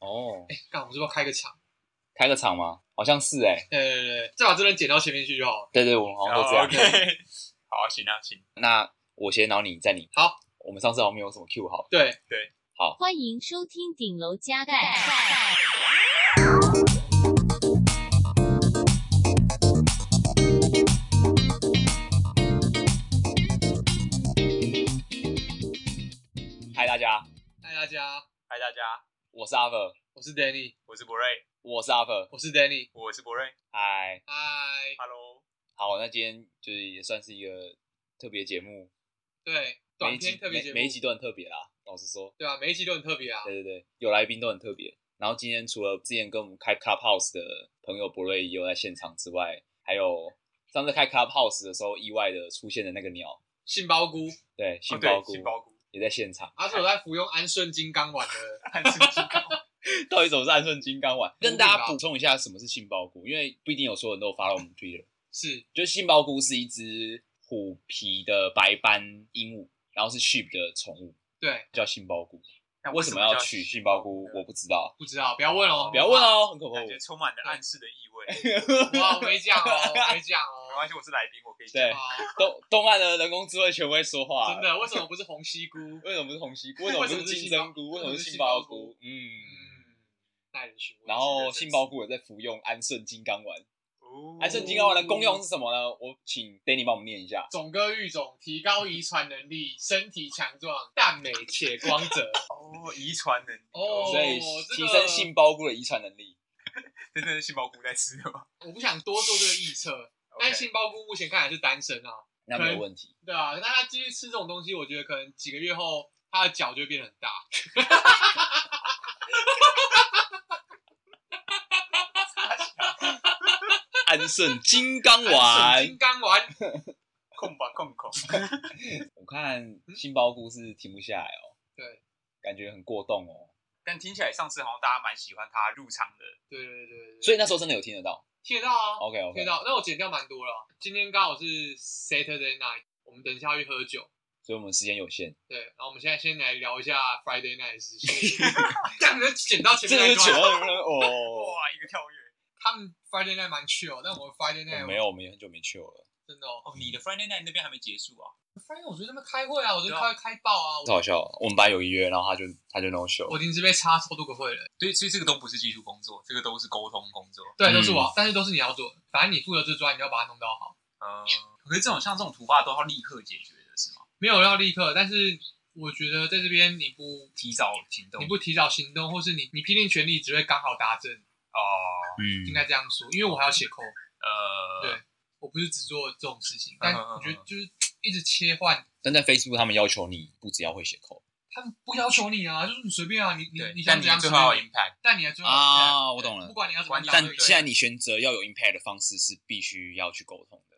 哦，哎，干，我们是不是要开个场？开个场吗？好像是哎、对对对对，再把这段剪到前面去就好了。对对，我们好像都这样。 o k 哦 好，行啊，行，那我先，然后你再你。好，我们上次好像没有什么 Q 好。对，欢迎收听顶楼加盖。嗨，大家，嗨大家，嗨大家，我是阿 r 我是 Danny，我是博瑞，我是阿 r 我是 Danny，我是博瑞嗨，嗨， ，Hello，好，那今天就是也算是一个特别节目，对，每短一集片特别节目，每，每一集都很特别啦。老实说，对啊，每一集都很特别啊。对对对，有来宾都很特别。然后今天除了之前跟我们开 Clubhouse 的朋友博瑞也有在现场之外，还有上次开 Clubhouse 的时候意外的出现的那个鸟，杏鲍菇，对，杏哦对鲍菇、杏鲍菇，也在现场。他是我在服用安顺金刚丸的，汉斯基 高到底什么是暗顺金刚丸？菇吧跟大家补充一下什么是杏鲍菇，因为不一定有所有人都有发到我们 Twitter。是就是杏鲍菇是一只虎皮的白斑鹦鹉，然后是 sheep 的宠物，对，叫杏鲍菇。那为什么要叫取杏鲍 菇？我不知道，不知道，不要问哦，不要问，哦，很可怕感。觉充满了暗示的意味。哇，我没讲哦，我没 讲没哦关，系，我是来宾，我可以讲。对，好，动动漫的人工智慧权威说话，真。的，为什么不是红西菇？为什么不是红西菇？为为什什么么不是不是金针菇？为为什什么么是是杏杏鲍鲍菇菇？嗯。嗯，耐人寻味。然后杏鲍菇也在服用安顺金刚丸。哦安顺金刚丸的功用是什么呢？我请 Danny 帮我们念一下。种哥育种，提高遗传能力，身体强壮，淡美且光泽。 哦，遗传能力哦所以这个提升杏鲍菇的遗传能力。这真的是杏鲍菇在吃哦 的吗？我不想多做这个臆测，但 OK 杏鲍菇目前看来是单身啊，那没有问题。对啊，但他继续吃这种东西，我觉得可能几个月后他的脚就会变得很大。安顺金刚安神丸金，刚丸，空吧空空，我看杏鲍菇是停不下来哦，嗯对感觉很过动哦。但听起来上次好像大家蛮喜欢他入场的。对对对对对，所以那时候真的有听得到。听得到啊， OK 听 OK 得。到。那我剪掉蛮多了，啊今天刚好是 Saturday night，我们等一下去喝酒。所以我们时间有限，对，然后我们现在先来聊一下 Friday night 的事 情。干，能剪到前这面个那是一九段。二 哦。哇，一个跳跃。他们 Friday night 蛮 chill，但我们 Friday 我 night 没有，我们也很久没去了。真的哦。哦，你的 Friday night 那边还没结束啊？ Friday 我觉得他们开会啊，我觉得对啊开会开爆啊，太我好笑哦了！我们班有一约，然后他就他就 no show，我临时被插超多个会了。对，所以这个都不是技术工作，这个都是沟通工作。对，嗯都是我，但是都是你要做的，反正你负责这专，你要把它弄到好。嗯，可是这种像这种突发都要立刻解决的是吗？没有要立刻，但是我觉得在这边你不提早行动你不提早行动，或是你你拼尽全力，只会刚好达阵，哦，嗯，应该这样说。因为我还要写扣，呃，对我不是只做这种事情，但嗯嗯嗯我觉得就是一直切换，但在 Facebook 他们要求你不只要会写扣他们不要求你啊，就是你随便啊，你你对，你想但怎你样最随后要便有你， impact，但你要最后要啊，我懂怎嗯样不了。管你要怎么管打但对现在你选择要有 impact 的方式是必须要去沟通的。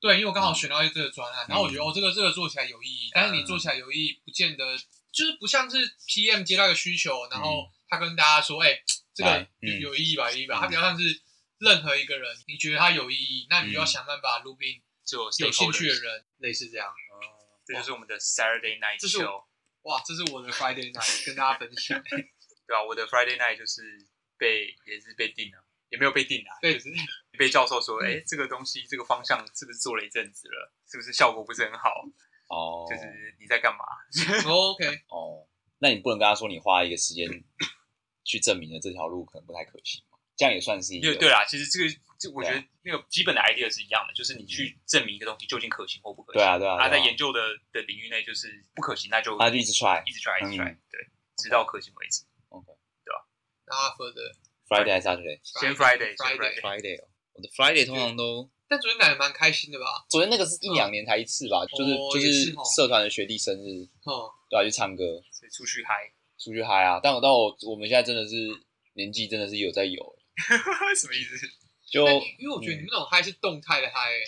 对，因为我刚好选到这个专案，然后我觉得哦，这个这个做起来有意义，但是你做起来有意义，不见得就是不像是 PM 接到一个需求，然后他跟大家说，哎、这个来有嗯有意义吧，有意义吧，嗯他比较像是任何一个人，你觉得他有意义，那你就要嗯想办法录进就有兴趣的 stakeholders，人，类似这样。嗯这就是我们的 Saturday night 这是我 show，哇，这是我的 Friday night 跟大家分享，对吧？我的 Friday night 就是被也是被定了，也没有被定 啊，对，只是被教授嗯说，哎，这个东西这个方向是不是做了一阵子了？是不是效果不是很好？哦，就是你在干嘛？ OK，哦，那你不能跟他说你花一个时间去证明了这条路可能不太可行嘛？这样也算是一因个为对啊啦，其实这个这我觉对啊得那个基本的 idea 是一样的，就是你嗯去证明一个东西究竟可行或不可行。对啊对啊，啊，在对啊研究的的领域内就是不可行，那就他就一直 try 一直 try 一直 try，嗯对，直到可行为止。 OK 那 further， Friday 还是 Saturday 先 Friday，先 Friday， Friday Friday 哦，我的 Friday 通常都但昨天奶奶蛮开心的吧？昨天那个是一两年才一次吧，就是哦就也是是哦社团的学弟生日，哦，对啊，去唱歌所以出去 嗨，出去嗨啊！但我到我我们现在真的是年纪真的是有在有，什么意思？就但因为我觉得你们那种嗨是动态的嗨、欸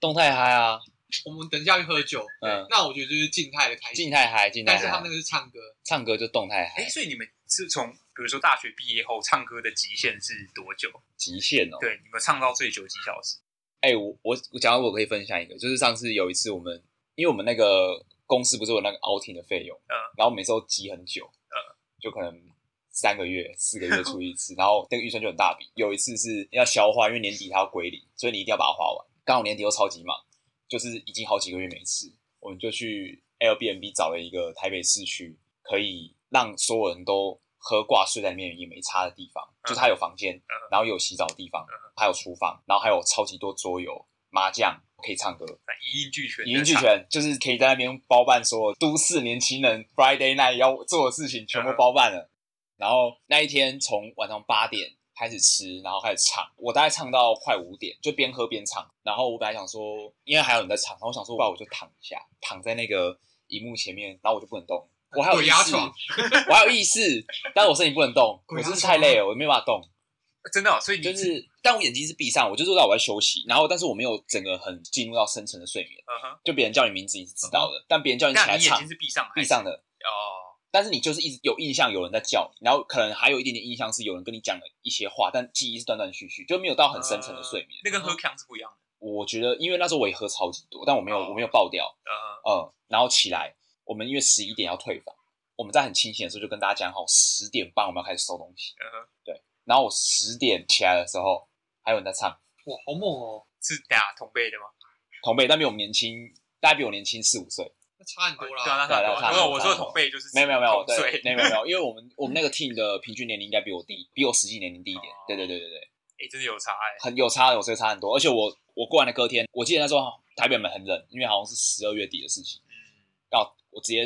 动态嗨啊，我们等一下去喝酒，嗯，那我觉得就是静态的开心。静态嗨静态但是他们嗨那，个是唱歌，唱歌就动态嗨哎，，所以你们是从比如说大学毕业后唱歌的极限是多久？极限哦。对，你们唱到最久几小时？哎、我我我讲到我可以分享一个，就是上次有一次我们，因为我们那个公司不是有那个 outing 的费用，嗯然后每次都积很久，就可能三个月、四个月出一 次，然后那个预算就很大笔。有一次是要消化，因为年底它要归零，所以你一定要把它花完。刚好年底又超级忙，就是已经好几个月没吃，我们就去 Airbnb 找了一个台北市区可以让所有人都喝挂睡在里面也没差的地方，嗯就是它有房间，然后有洗澡的地方，还有厨房，然后还有超级多桌游、麻将可以唱歌，一应俱全，一应俱。全，就是可以在那边包办所有都市年轻人 Friday night 要做的事情，全部包办了。然后那一天从晚上八点开始吃，然后开始唱，我大概唱到快五点，就边喝边唱。然后我本来想说，因为还有人在唱，然后我想说，不然我就躺一下，躺在那个荧幕前面，然后我就不能动，我还有鬼意压识，床我还有意识，但我身体不能 动，鬼我压真是床太累了，我没办法动。真的哦，所以你就是，但我眼睛是闭上，我就知道我在休息，然后但是我没有整个很进入到深层的睡眠。嗯哼，就别人叫你名字你是知道的，但别人叫你起嗯那来你眼唱睛，是闭上还闭是上的，哦，但是你就是一直有印象有人在叫你，然后可能还有一点点印象是有人跟你讲了一些话，但记忆是断断续续，就没有到很深层的睡眠。嗯那跟喝强是不一样的。我觉得，因为那时候我也喝超级多，但我没有哦我没有爆掉，呃，嗯，然后起来，我们因为十一点要退房，我们在很清醒的时候就跟大家讲好，十点半我们要开始收东西，嗯哼对，然后我十点起来的时候还有人在唱哇，好猛哦，是打同辈的吗？同辈，但比我们年轻，大概比我年轻四五岁。那差很多对啦。啊，那差对啊不差不多。多没有，我说的同辈就是没有没有没有，同对岁，没有没有没有，因为我们我们那个 team 的平均年龄应该比我低，比我实际年龄低一点哦。对对对对对，哎，真的有差哎。很有差，有时候差很多。而且我我过完的隔天，我记得那时候台北们很冷，因为好像是十二月底的事情，嗯，然后我直接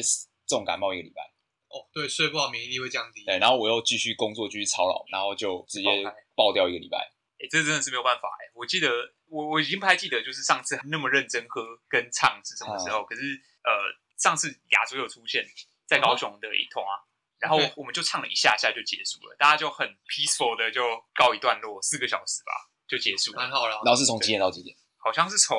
重感冒一个礼拜。哦，对，睡不好免疫力会降低。对，然后我又继续工作，继续操劳，然后就直接爆开爆掉一个礼拜。哎、这真的是没有办法哎、我记得我我已经不太记得，就是上次那么认真喝跟唱是什么哦时候。可是呃，上次亚洲有出现嗯在高雄的一团啊，然后 OK 我们就唱了一下下就结束了，大家就很 peaceful 的就告一段落，四个小时吧就结束蛮了。好啦。然后是从几点到几点？好像是从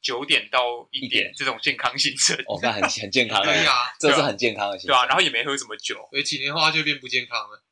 九点到一一点点这种健康行程，哦，那 很很健康可以哎，啊，这是很健康的行对啊，程。然后也没喝什么酒，有几年后他就变不健康了。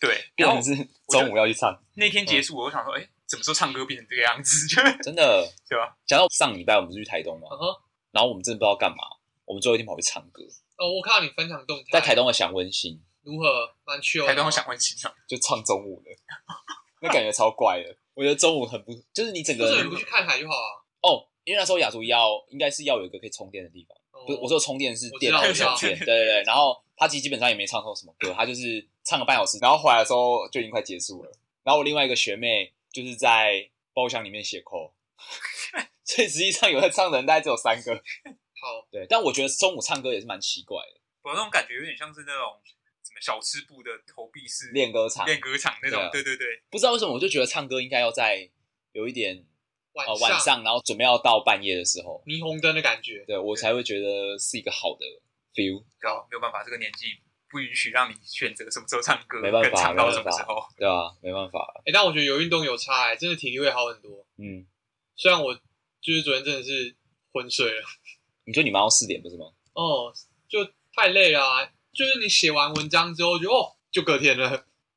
对。变然成后是嗯中午要去唱，那天结束，我就想说，哎、怎么时候唱歌变成这个样子？ 对真的。吧？讲到上礼拜我们是去台东嘛嗯，哼，然后我们真的不知道干嘛，我们最后一天跑去唱歌，哦，我看到你分享动态，在台东的享温馨。如何蛮 chill 啊的。台东想问清哦楚，就唱中午的， 那感觉超怪的。我觉得中午很不，就是你整为个什么人你不去看海就好啊？哦，因为那时候雅竹要应该是要有一个可以充电的地方，哦不是我说充电是我知电道脑的我知道充 电，对对对。然后他其实基本上也没唱错什么歌，他就是唱了半小时，然后回来的时候就已经快结束了。然后我另外一个学妹就是在包厢里面写扣， 所以实际上有在唱的人大概只有三个。好，对，但我觉得中午唱歌也是蛮奇怪的，我那种感觉有点像是那种什么小吃部的投币式练歌场，练歌场那种，对啊对对对，不知道为什么我就觉得唱歌应该要在有一点晚呃晚上，然后准备要到半夜的时候，霓虹灯的感觉。对我才会觉得是一个好的 feel。然后没有办法，这个年纪不允许让你选择什么时候唱歌，没办法跟唱到什么时候。对啊，没办法，哎，但我觉得有运动有差，哎，真的体力会好很多。嗯，虽然我就是昨天真的是昏睡了，你说你忙到四点不是吗？哦，就太累了啊。就是你写完文章之后就哦，就隔天了。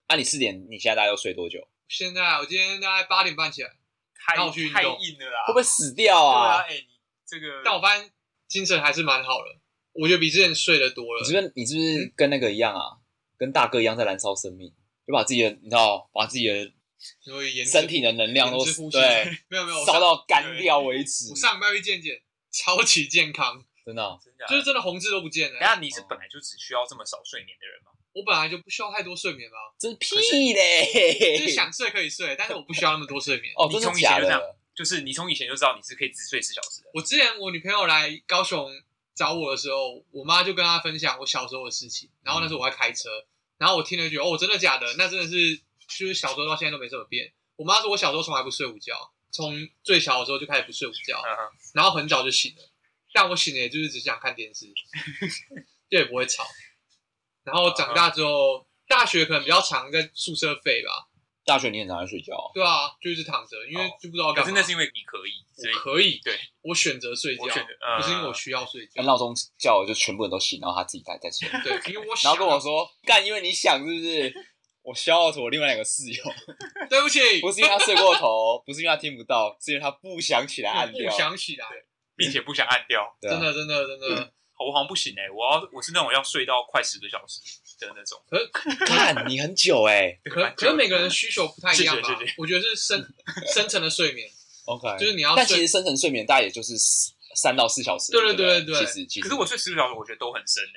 那、啊你四点你现在大概要睡多久？现在啊我今天大概八点半起来，太然后去运太动硬了啦，会不会死掉对啊？啊？哎，你这个但我发现精神还是蛮好的，我觉得比之前睡的多了你。是不是你是不是跟那个一样啊？跟大哥一样在燃烧生命，就把自己的你知道，把自己的所以延迟身体的能量都延迟呼吸对没 有没有，我烧上到干掉为止我，上礼拜去健检，超级健康，真的啊、真的啊就是真的红痣都不见了等一。下你是本来就只需要这么少睡眠的人吗？我本来就不需要太多睡眠吧，真屁嘞！就是想睡可以睡，但是我不需要那么多睡眠。哦，你真的从以前假就这样的？就是你从以前就知道你是可以只睡四小时的，我之前我女朋友来高雄找我的时候，我妈就跟她分享我小时候的事情，然后那时候我在开车，然后我听了一句哦，真的假的？那真的是就是小时候到现在都没怎么变。我妈说我小时候从来不睡午觉，从最小的时候就开始不睡午觉，嗯哼，然后很早就醒了，但我醒了也就是只想看电 视，就也不会吵。然后嗯长大之后，大学可能比较常在宿舍废吧，大学你很常在睡觉啊、对啊，就一直躺着，因为哦就不知道可干嘛。是那是因为你可以，所以我可以，对我选择睡觉，我选择不是因为啊我嗯需要睡觉那。闹钟叫了就全部人都醒，然后他自己在在睡。对，因为我然想后跟我说：“干，因为你想是不是？”我消耗我另外两个室友，对不起，不是因为他睡过头，不是因为他听不到，是因为他不想起来按不掉。想起来，并且不想按掉，对啊真的真的真的我好像不行哎、我要我是那种要睡到快十个小时的那种。看你很久哎、可可是每个人的需求不太一样吧？谢谢谢我觉得是深深层的睡眠， OK，就是你要哎但其睡实深层睡眠大概也就是四三到四小时。对对对不对对对其实其实，可是我睡十个小时，我觉得都很深哎、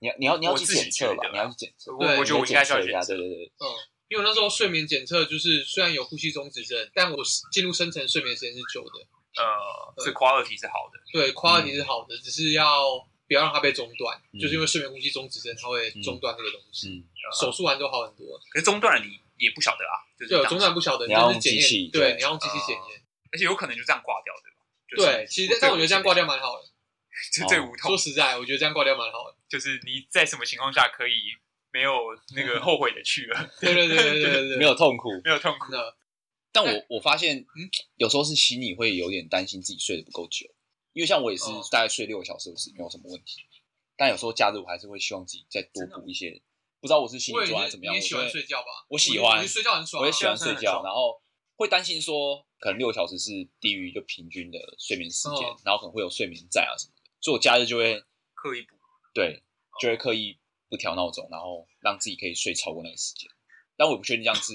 你要你要你要我去自己检测觉吧得，你要去检测。我对我觉得我应该是要你选要检测择一下，对对对，嗯。因为我那时候睡眠检测就是虽然有呼吸中止症，但我进入深层睡眠时间是久的，呃，是 quality 是好的。对，quality 是好的，只是要不要让它被中断，嗯就是因为睡眠呼吸中止症它会中断这个东西。嗯，手术完都好很多，可是中断了你也不晓得啊，就是对，当中时断不晓得，你要就用是检机器验，对哦对，你要用机器检验。而且有可能就这样挂掉，对吧？就是对，其实但我觉得这样挂掉蛮好的。就最无痛说，实在，我觉得这样挂掉蛮好的。就是你在什么情况下可以没有那个后悔的去了， 对对对对对对， 没有痛苦。没有痛苦。那但我我发现嗯，有时候是心里会有点担心自己睡得不够久，因为像我也是哦大概睡六个小时，我是没有什么问题。但有时候假日我还是会希望自己再多补一些，不知道我是心我理也状态是，怎么你样。也我喜就会欢睡觉吧？我喜觉得欢我觉得睡觉很爽啊。我也喜欢这样睡很觉，爽然后会担心说，可能六个小时是低于就平均的睡眠时间，哦然后可能会有睡眠债啊什么的，所以我假日就会刻意补。对，哦就会刻意不调闹钟，然后让自己可以睡超过那个时间。但我也不确定这样是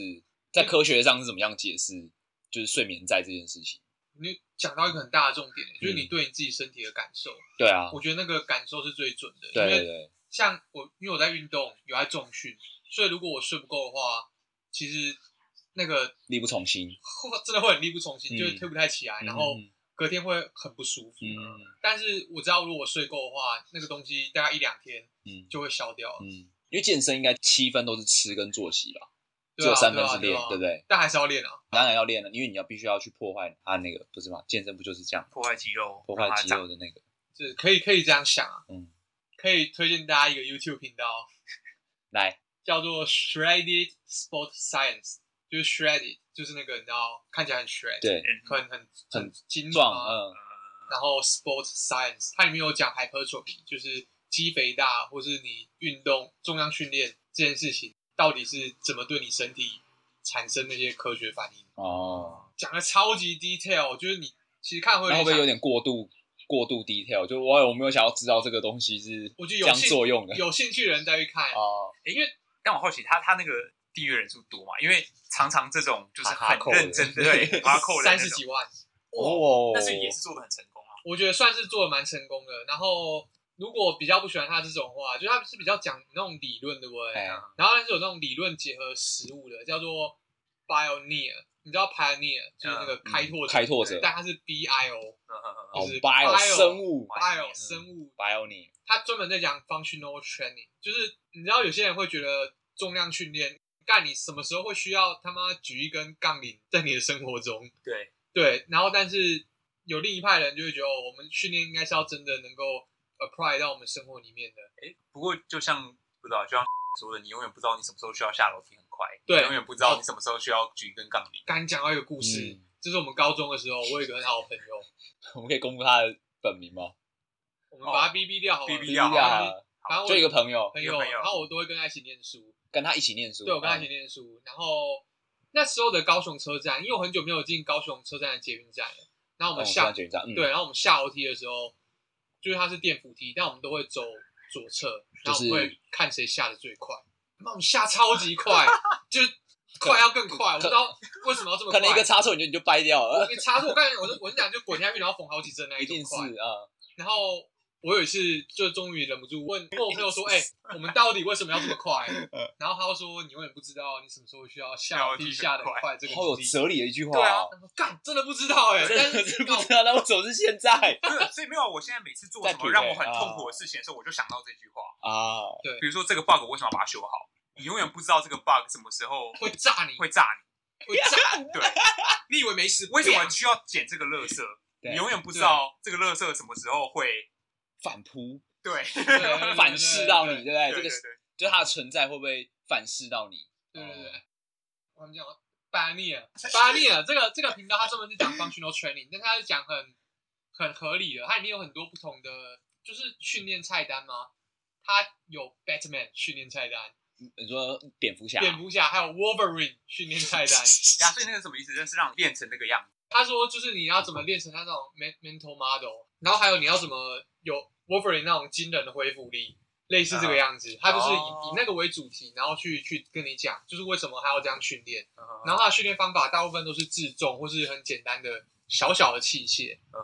在科学上是怎么样解释，就是睡眠债这件事情。你讲到一个很大的重点，就是嗯你对你自己身体的感受，对啊，我觉得那个感受是最准的，对因对为对，像我，因为我在运动，有在重训，所以如果我睡不够的话，其实那个力不从心，真的会很力不从心，嗯就是推不太起来，然后嗯隔天会很不舒服。嗯但是我知道，如果我睡够的话，那个东西大概一两天嗯就会消掉了。嗯，因为健身应该七分都是吃跟作息吧，只对啊有三分是对练啊，对对不啊对？但还是要练啊。当然要练了，因为你要必须要去破坏它那个，不是吗？健身不就是这样，破坏肌肉，破坏让它肌长肉的那个。就是可以可以这样想啊，嗯，可以推荐大家一个 YouTube 频道，来，叫做 Shredded Sport Science，就是 Shredded，就是那个你知道看起来很 shred，，对，嗯很很很精壮，啊。嗯，然后 Sport Science，它里面有讲 hypertrophy，就是肌肥大或是你运动重量训练这件事情到底是怎么对你身体产生那些科学反应，哦，讲的超级 detail，就是你其实看会那会不会想有点过度过度 detail？就我我没有想要知道这个东西是我觉这得有样兴作用的有兴趣的人再去看，哦，但我好奇他他那个订阅人数多嘛？因为常常这种就是哈啊很扣的认真 的，对，哈扣的那三种十几万。哦，但是也是做的很成功啊。我觉得算是做的蛮成功的。然后如果比较不喜欢他这种话，就他是比较讲那种理论，对不对？哎然后但是有那种理论结合实物的，叫做 pioneer，你知道 pioneer 就是那个开拓嗯者，开拓者但它是 b i o 嗯嗯嗯嗯哦就是 bio bio- 生物 bio 嗯生物， bio 你 它专门在讲 functional training，就是你知道有些人会觉得重量训练。干你什么时候会需要他妈举一根杠铃在你的生活中？对，对，然后但是有另一派人就会觉得，哦，我们训练应该是要真的能够 apply 到我们生活里面的。哎，不过就像不知道，就像说的，你永远不知道你什么时候需要下楼梯很快，对你永远不知道你什么时候需要举一根杠铃。 刚刚讲到一个故事，嗯就是我们高中的时候，我有一个很好的朋友，我们可以公布他的本名吗？我们把他逼逼掉好了，逼掉不啊要反正我就一个朋友朋一个友，朋友然后我都会跟他一起念书，跟他一起念书，对我跟他一起哦念书，然后那时候的高雄车站，因为我很久没有进高雄车站的捷运站了，然后哦我我们们下、下决战，嗯，对，然后我们下楼梯的时候，就是它是电扶梯，但我们都会走左侧，然后我们就是会看谁下的最快。那我们下超级快，就是快要更快，我不知道为什么要这么可快。能一个插错你就你就掰掉了，你插错，我刚才我就我就讲就滚下去，然后缝好几针那一种定是快。啊，然后我有一次就终于忍不住问跟我朋友说：“哎、我们到底为什么要这 么快？”嗯然后他就说：“你永远不知道你什么时候需要下楼梯下的快这个好有能力。”哲理的一句话对啊哦，他说：“干，真的不知道哎、真但的是是不知道，那我总是现在对所以没有，啊我现在每次做什在匹么配让我很痛苦的事情的时候，我就想到这句话。啊，比如说这个 bug 我为什么要把它修好？你永远不知道这个 bug 什么时候会炸你，会炸 会炸你你。对，你以为没啊事？为什么啪需要捡这个垃圾？对你永远不知道这个垃圾什么时候会反扑对 对反噬到你，对不对？对哎这个对就它的存在会不会反噬到你？对对对，我们讲巴尼尔，巴尼尔这个这个频道，它专门是讲 functional training，但它是讲很很合理的，它里面有很多不同的，就是训练菜单吗？它有 Batman 训练菜单，你说蝙蝠侠，蝙蝠侠还有 Wolverine 训练 菜单。对。呀，所以那个什么意思？就是让你变成那个样子。他说就是你要怎么练成他那种 men- mental model，然后还有你要怎么有 Wolverine 那种惊人的恢复力，类似这个样子，他就是以、哦以那个为主题，然后去去跟你讲，就是为什么他要这样训练。哦然后他的训练方法大部分都是自重或是很简单的小小的器械，嗯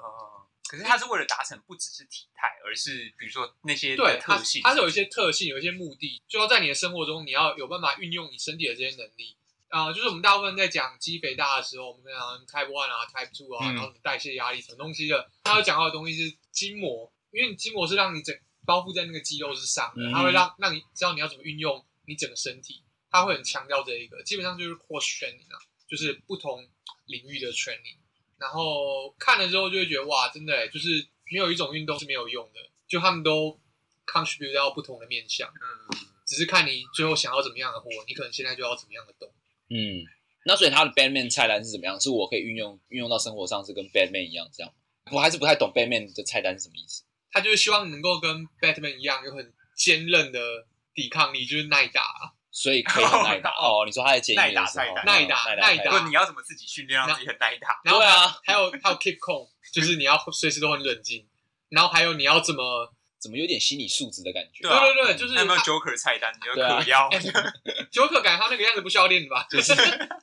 可是他是为了达成不只是体态，而是比如说那些的对，它特性，它是有一些特性，有一些目的，就要在你的生活中，你要有办法运用你身体的这些能力。啊、就是我们大部分在讲肌肥大的时候，我们讲 Type One 啊、Type Two 啊，嗯然后代谢压力什么东西的，它要讲到的东西是筋膜，因为你筋膜是让你整包覆在那个肌肉之上的，嗯它会让让你知道你要怎么运用你整个身体，它会很强调这一个，基本上就是 cross training 啊，就是不同领域的 training。然后看了之后就会觉得哇，真的欸就是没有一种运动是没有用的，就他们都 contribute 到不同的面向，嗯，只是看你最后想要怎么样的活，你可能现在就要怎么样的动。嗯，那所以他的 Batman 菜单是怎么样？是我可以运用运用到生活上，是跟 Batman 一样这样吗？我还是不太懂 Batman 的菜单是什么意思。他就是希望你能够跟 Batman 一样有很坚韧的抵抗力，就是耐打啊、所以可以很耐 打哦。你说他在建议耐打的时菜候，单耐打哦耐菜打不单过你要怎么自己训练让自己很耐打？然后对啊，还有还有 keep calm，就是你要随时都很冷静。然后还有你要怎么？怎么有点心理素质的感觉？对啊对对对，就是那有没有 Joker 菜单？你就对啊可腰，九可感觉他那个样子不需要练吧？ 就是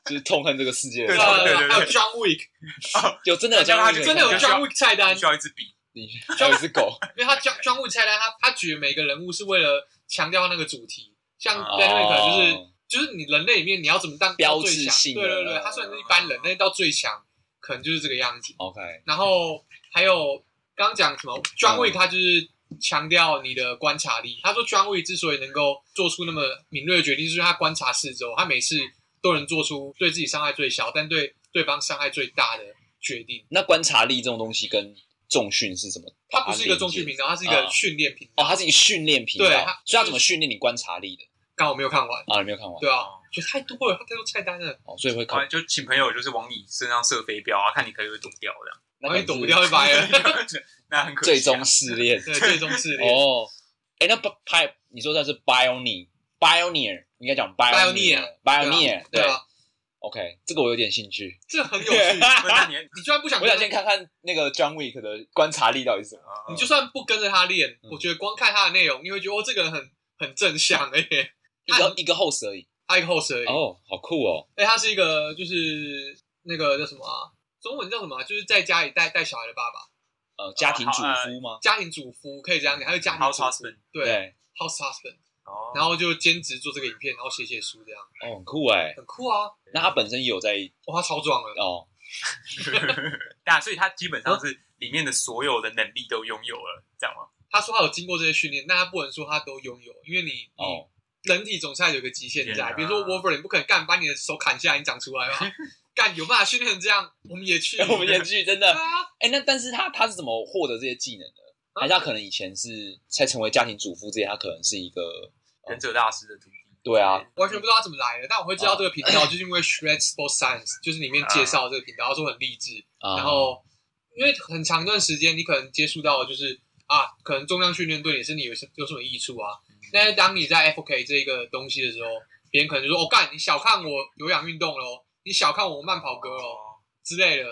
就是痛恨这个世界的对对感觉，对对对还有 John Wick，就真的有这样那的他就人真的有就 John Wick 菜单需，要一支笔。你还有一只 狗，因为他专专务菜单，他他举的每个人物是为了强调那个主题，像哦 Batman 可能就是、就是你人类里面你要怎么当标志性的哦到最强对对对，他虽然是一般人，但是到最强可能就是这个样子。 OK，然后还有刚刚讲什么专嗯位，他就是强调你的观察力。他说专位之所以能够做出那么敏锐的决定，是因为他观察四周，他每次都能做出对自己伤害最小，但对对方伤害最大的决定。那观察力这种东西跟重训是什么？他不是一个重训频道道，他是一个嗯训练频哦，道。它是一个训练频道，对它所以它怎么训练你观察力的刚好没有看完。啊？你没有看完对啊，就太多了，他太多菜单了，哦，所以会好看，就请朋友就是往你身上射飞镖啊，看你可不可以躲掉这样。那万你一躲不掉就白 了。 那很可惜啊最终试炼 对，最终是哦。哎，那不拍你说这是 Bioneer Bioneer，应该讲 Bioneer Bioneer 对啊， OK，这个我有点兴趣，这很有 趣。不然那你你就算不想我跟着，想先看看那个 John Wick 的观察力到底是什么。哦你就算不跟着他练，嗯我觉得光看他的内容，你会觉得哦，这个人很很正向哎，一个一个 host 而已 他一个 host 而已。哦，好酷哦！哎，他是一个就是那个叫什么啊？中文叫什么啊？就是在家里带带小孩的爸爸，呃，家庭主夫吗？家庭主夫可以这样嗯讲，还有家庭 House 主夫 husband，对对， house husband，哦 然后就兼职做这个影片，然后写写书这样，哦，很酷哎。很酷啊！那他本身也有在哇，他超壮了，哦，那啊所以他基本上是里面的所有的能力都拥有了，这样吗？他说他有经过这些训练，但他不能说他都拥有，因为你你、哦，人体总是要有一个极限天在啊，比如说 Wolverine 不可能干把你的手砍下来，你长出 来嘛，干有办法训练成这样，我们也去哎，我们也去，真的 对。啊，哎、那但是他他是怎么获得这些技能的？还是他可能以前是在成为家庭主妇之前，他可能是一个忍者大师的徒哦弟。对啊， 完全不知道他怎么来的，但我会知道这个频哦道，就是因为 Shred Sports Science，就是里面介绍这个频道，他说很励志。啊，然后，因为很长一段时间，你可能接触到的就是啊，可能重量训练对你身体有什有什么益处啊？嗯但是当你在 FK 这个东西的时候，别人可能就说：“哦，干，你小看我有氧运动喽，你小看我慢跑哥喽哦，之类的。”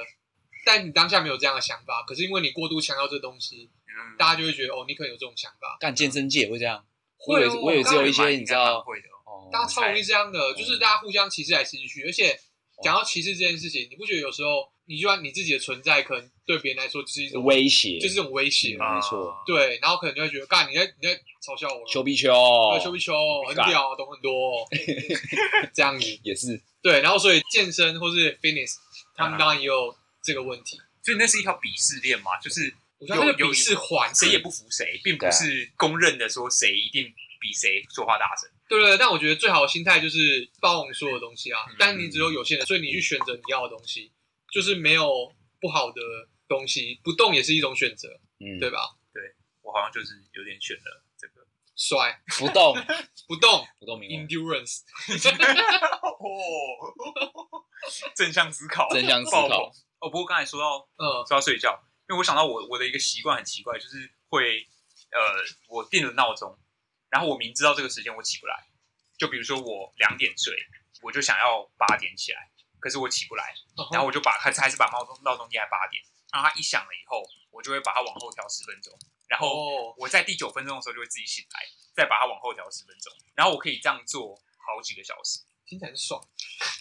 但你当下没有这样的想法，可是因为你过度强调这东西，嗯，大家就会觉得哦，你可能有这种想法。干健身界会这样，我会以哦为我以为只有一些当然你知道会的哦。哦，大家超容易这样的，就是大家互相歧视来歧视去，而且讲到歧视这件事情，你不觉得有时候你就算你自己的存在，可能对别人来说就是一种，威胁，就是一种威胁啊哦嘛。嗯没错对，然后可能就会觉得，干，你在你在嘲笑我，丘哦比哦丘，对，修不修，很屌，懂很多 哦，这样子。也是对，然后所以健身或是 fitness，他啊们当然也有这个问题。所以那是一条鄙视链嘛，就是我觉得那个有有鄙视环，谁也不服谁，并啊不是公认的说谁一定比谁说话大声。对对对，但我觉得最好的心态就是包容所有东西啊嗯，但你只有有限的，所以你去选择你要的东西，就是没有不好的东西，不动也是一种选择，嗯，对吧？我好像就是有点选了这个。摔不 动不动不动明王， endurance，哦，正向思考，正向思考 爆棚。哦，不过刚才说到嗯说到睡觉，因为我想到我我的一个习惯很奇怪，就是会呃，我定了闹钟，然后我明知道这个时间我起不来，就比如说我两点睡，我就想要八点起来，可是我起不来，然后我就把还是还是把闹钟闹钟定在八点，然后它一响了以后，我就会把它往后调十分钟，然后哦，我在第九分钟的时候就会自己醒来，再把它往后调十分钟，然后我可以这样做好几个小时，听起来很爽。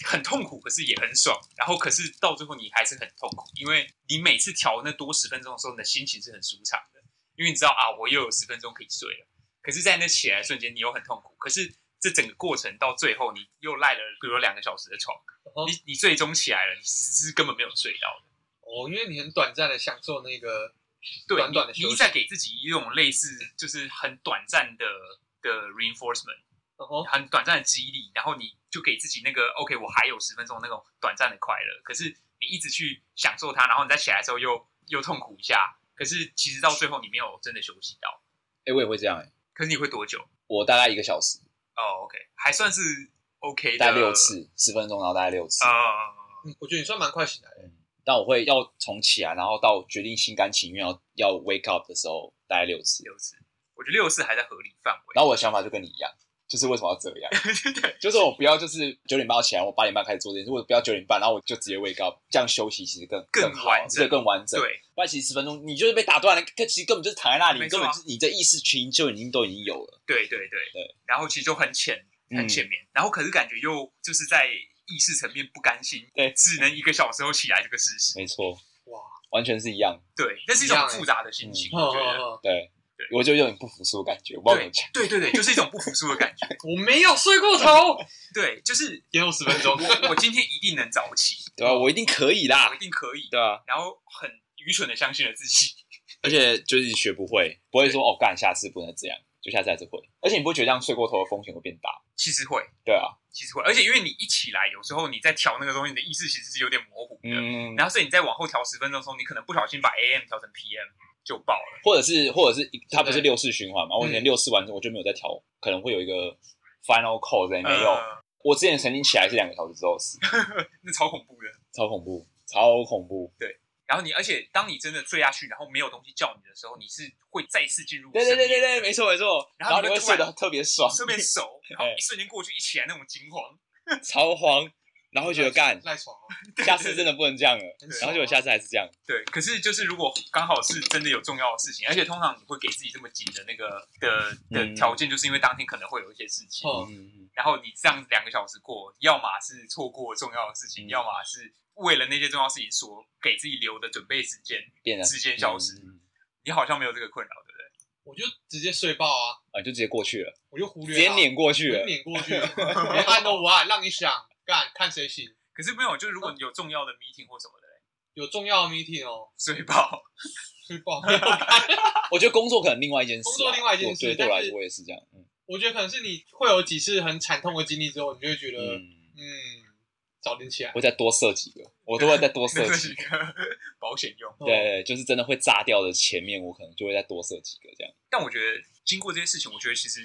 很痛苦，可是也很爽。然后可是到最后你还是很痛苦，因为你每次调那多十分钟的时候，你的心情是很舒畅的，因为你知道啊，我又有十分钟可以睡了。可是，在那起来的瞬间，你又很痛苦。可是这整个过程到最后，你又赖了，比如说两个小时的床，哦你你最终起来了，你是根本没有睡到的。哦，因为你很短暂的享受那个对，短短的你休你息一再给自己一种类似就是很短暂的的 reinforcement，哦，很短暂的激励，然后你就给自己那个 OK，我还有十分钟那种短暂的快乐。可是你一直去享受它，然后你再起来的时候又又痛苦一下。可是其实到最后你没有真的休息到。哎、我也会这样哎、可是你会多久？我大概一个小时，哦，OK，还算是 OK 的。大概六。次，十分钟，然后大概六次。呃，嗯我觉得你算蛮快醒来的。嗯，但我会要从起来，然后到决定心甘情愿要要 wake up 的时候，大概六次。六次，我觉得六次还在合理范围。然后我的想法就跟你一样，就是为什么要这样？ 对，就是我不要就是九点半要起来，我八点半开始做这件事，我不要九点半，然后我就直接 wake up，这样休息其实更更好完整对，更完整。对，不然其实十分钟你就是被打断了，可其实根本就是躺在那里，没你错根啊本就是你的意识群就已经都已经有了。对，对，对，对。嗯然后其实就很浅，很浅眠，然后可是感觉又就是在意识层面不甘心，对只能一个小时后起来这个事实。没错，哇，完全是一样。嗯对，那是一一种样欸复杂的心情，哦我觉得。哦哦对，对我就有点不服输的感觉，我不知道怎么讲。对对对，就是一种不服输的感觉。我没有睡过头，对，就是延后十分钟。我我今天一定能早起，对啊，我一定可以啦嗯我一。定可以。对啊，然后很愚蠢的相信了自己。而且就是学不会，不会说哦，干下次不能这样，就下次还是会。而且你不会觉得这样睡过头的风险会变大？其实会，对啊，其实会，而且因为你一起来，有时候你在调那个东西，你的意识其实是有点模糊的。嗯，然后所以你再往后调十分钟的时候，你可能不小心把 AM 调成 PM 就爆了。或者是或者是它不是对六次循环嘛？我以前六次完之后我就没有再调，可能会有一个 final call 在里面。没有，呃我之前曾经起来是两个小时之后死，那超恐怖的。超恐怖，超恐怖。然后你，而且当你真的醉下去，然后没有东西叫你的时候，你是会再次进入对对对对深对，夜没错没错。然然后后你你会会突然睡得特别爽，特别 熟，然后哎一瞬间过去一起来那种惊慌。超慌，然后会觉得 干，赖床哦，下次真的不能这样了对对。然后结果下次还是这样，对，可是就是如果刚好是真的有重要的事情，而且通常你会给自己这么紧的那个的的嗯条件，就是因为当天可能会有一些事情，哦嗯，然后你这样两个小时过，要么是错过重要的事情，嗯要么是为了那些重要事情所给自己留的准备时间变得时间消失。嗯你好像没有这个困扰，对不对？我就直接睡爆啊，啊，就直接过去了，我就忽直略接它碾过去我就了。碾过去，连按都不按，让你想干看谁醒。可是没有，就是如嗯果你有重要的 meeting 或什么的，有重要的 meeting 哦，睡 饱。睡爆没有看。我觉得工作可能另外一件事啊，工作另外一件事我对对但我来是说我也是这样，嗯我觉得可能是你会有几次很惨痛的经历之后，你就会觉得，嗯，嗯，早点起来我。再多设几个，我都会再多设这是几 一个。个保险用。对哦对，对就是真的会炸掉的前面，我可能就会再多设几个这样。但我觉得经过这些事情，我觉得其实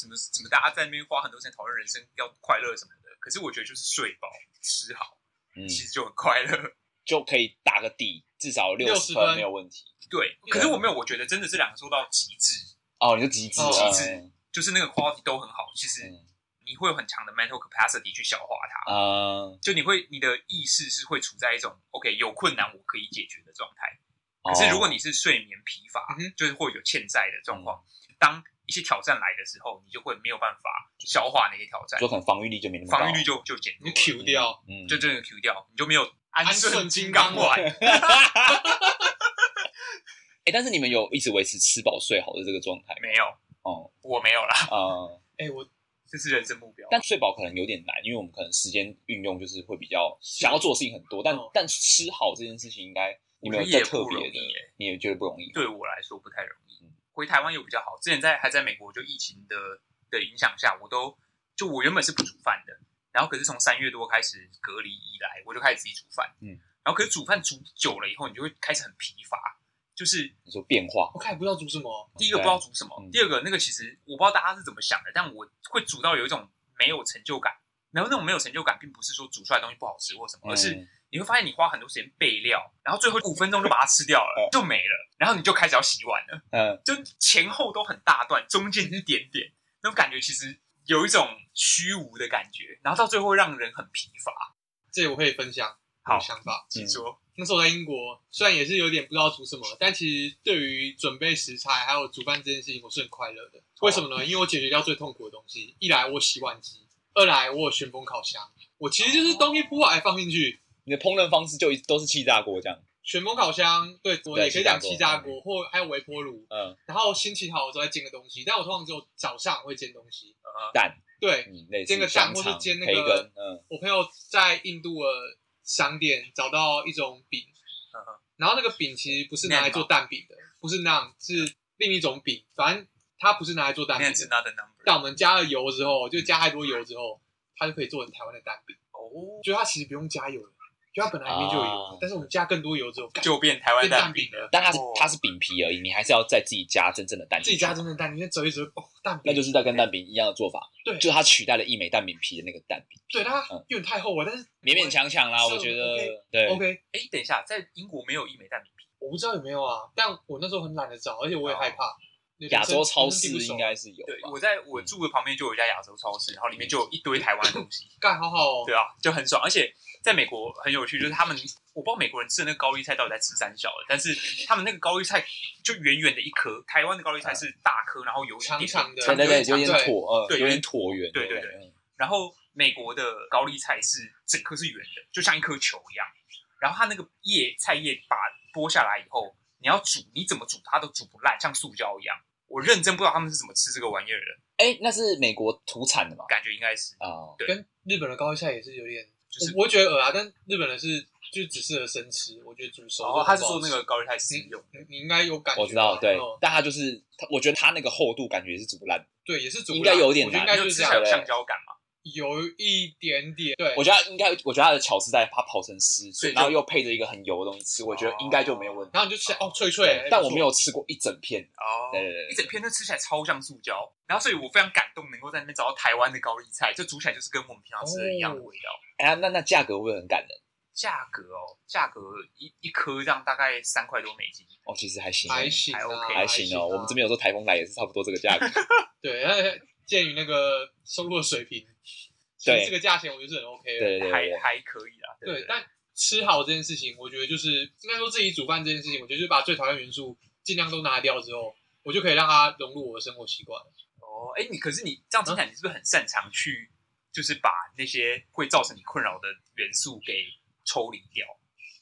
怎么怎么大家在那边花很多时间讨论人生要快乐什么的，可是我觉得就是睡饱吃好，嗯，其实就很快乐。就可以打个底，至少六60十分分没有问题。对，可是我没有，我觉得真的这两个做到极致，哦，你就极致，嗯哦极致就是那个 quality 都很好，其实嗯你会有很强的 mental capacity 去消化它，啊，就你会你的意识是会处在一种 OK 有困难我可以解决的状态。可可是如果你是睡眠疲乏，哦嗯哼就是会有欠债的状况，当一些挑战来的时候，你就会没有办法消化那些挑战哦就，可能防御力就没那么高，防御力就就减你弱了就 Q 掉，嗯，就真的 Q 掉，你就没有安顺金金刚刚丸丸。哎，但是你们有一直维持吃饱睡好的这个状态吗？没有，哦，我没有啦，呃，哎、我这是人生目标。但睡饱可能有点难，因为我们可能时间运用就是会比较想要做的事情很多，但哦但吃好这件事情应该你们有我觉在得也特不容别易的耶，你也觉得不容易，对我来说不太容易，回台湾又比较好。之前在还在美国，就疫情的的影响下，我都就我原本是不煮饭的，然后可是从三月多开始隔离以来，我就开始自己煮饭。嗯，然后可是煮饭煮久了以后，你就会开始很疲乏，就是你说变化我看也不知道煮什么，第一个不知道煮什么，嗯第二个那个其实我不知道大家是怎么想的，但我会煮到有一种没有成就感。然后那种没有成就感，并不是说煮出来的东西不好吃或什么，而是嗯你会发现你花很多时间备料，然后最后五分钟就把它吃掉了，就没了，然后你就开始要洗碗了，嗯，就前后都很大段，中间一点点，那种感觉其实有一种虚无的感觉，然后到最后让人很疲乏。这我可以分享。我好的想法。请说。那时候我在英国，虽然也是有点不知道煮什么，但其实对于准备食材还有煮饭这件事情，我是很快乐的。为什么呢？因为我解决掉最痛苦的东西，一来我洗碗机，二来我有旋风烤箱，我其实就是东西铺好放进去。你的烹饪方式就一都是气炸锅这样，旋风烤箱，对我对也可以讲气气炸炸锅锅，或还有微波炉。嗯，然后心情好的时候再煎个东西，但我通常只有早上会煎东西。蛋，对，嗯，类似煎个蛋香或是肠煎那培个根，嗯，我朋友在印度的商店找到一种饼，嗯哼然后那个饼其实不是拿来做蛋饼的，不是那样，是另一种饼，反正它不是拿来做蛋饼 That's 的。 another number。但我们加了油之后，就加太多油之后，它就可以做成台湾的蛋饼。哦，就它其实不用加油了，就它本来里面就有油，啊但是我们加更多油之后，干就变台湾变蛋蛋饼饼了。但它是哦它是饼皮而已，你还是要再自己加真正的蛋进自去，己加真的蛋，你先折一折，哦，蛋饼。那就是在跟蛋饼一样的做法，对就是它取代了一美蛋饼皮的那个蛋饼，对，但它嗯有点太厚了，但是勉勉强强啦，是我觉得 OK，对， OK，哎，等一下，在英国没有一美蛋饼皮，我不知道有没有啊，但我那时候很懒得找，而且我也害怕。那个哦亚洲生超生市地不熟啊应该是有对，吧，我在嗯我住的旁边就有一家亚洲超市，然后里面就有一堆台湾的东西，干好好哦对，啊，就很爽。而且在美国很有趣，就是他们我不知道美国人吃的那个高丽菜到底在吃三小的，但是他们那个高丽菜就圆圆的一颗，台湾的高丽菜是大颗，然后有一点点嗯长长对对的对，有长点啊长的椭，呃，对有点椭圆，对对嗯对对，然后美国的高丽菜是整颗是圆的，就像一颗球一样。然后它那个叶菜叶把剥下来以后，你要煮，你怎么煮它都煮不烂，像塑胶一样。我认真不知道他们是怎么吃这个玩意儿的，哎，那是美国土产的嘛？感觉应该是啊，对跟日本的高丽菜也是有点，就是我不会觉得恶啊，但日本的是就只适合生吃，我觉得煮熟。哦，他是说那个高丽菜是你用，你你应该有感觉吧，我知道，对哦，但它就是，它我觉得它那个厚度感觉是煮不烂的，对，也是煮不应烂该有点我觉得应难该就就是吃这起来样有，橡胶感嘛，有一点点，对，我觉得它应该，我觉得它的巧是在它刨成丝所以，就然后又配着一个很油的东西吃，我觉得应该就没有问题。然后你就吃哦脆脆，对哎，但不我错没有吃过一整片，哦对对对对一整片都吃起来超像塑胶，然后所以我非常感动，能够在那边找到台湾的高丽菜，就煮起来就是跟我们平常吃的一样的味道。哎呀，那那价格会不会很感人？价格哦，价格一一颗这样大概三块多美金，哦，其实还行，还行还啊， OK 还行啊哦。我们这边有时候台风来也是差不多这个价格，对，那鉴于那个收入的水平，其对实这个价钱我觉得是很 OK 的，对对还对，还可以啦。对对，，但吃好这件事情，我觉得就是应该说自己煮饭这件事情，我觉得就是把最讨厌元素尽量都拿掉之后，我就可以让它融入我的生活习惯。哦，哎，你可是你这样听起来，你是不是很擅长去，就是把那些会造成你困扰的元素给抽离掉？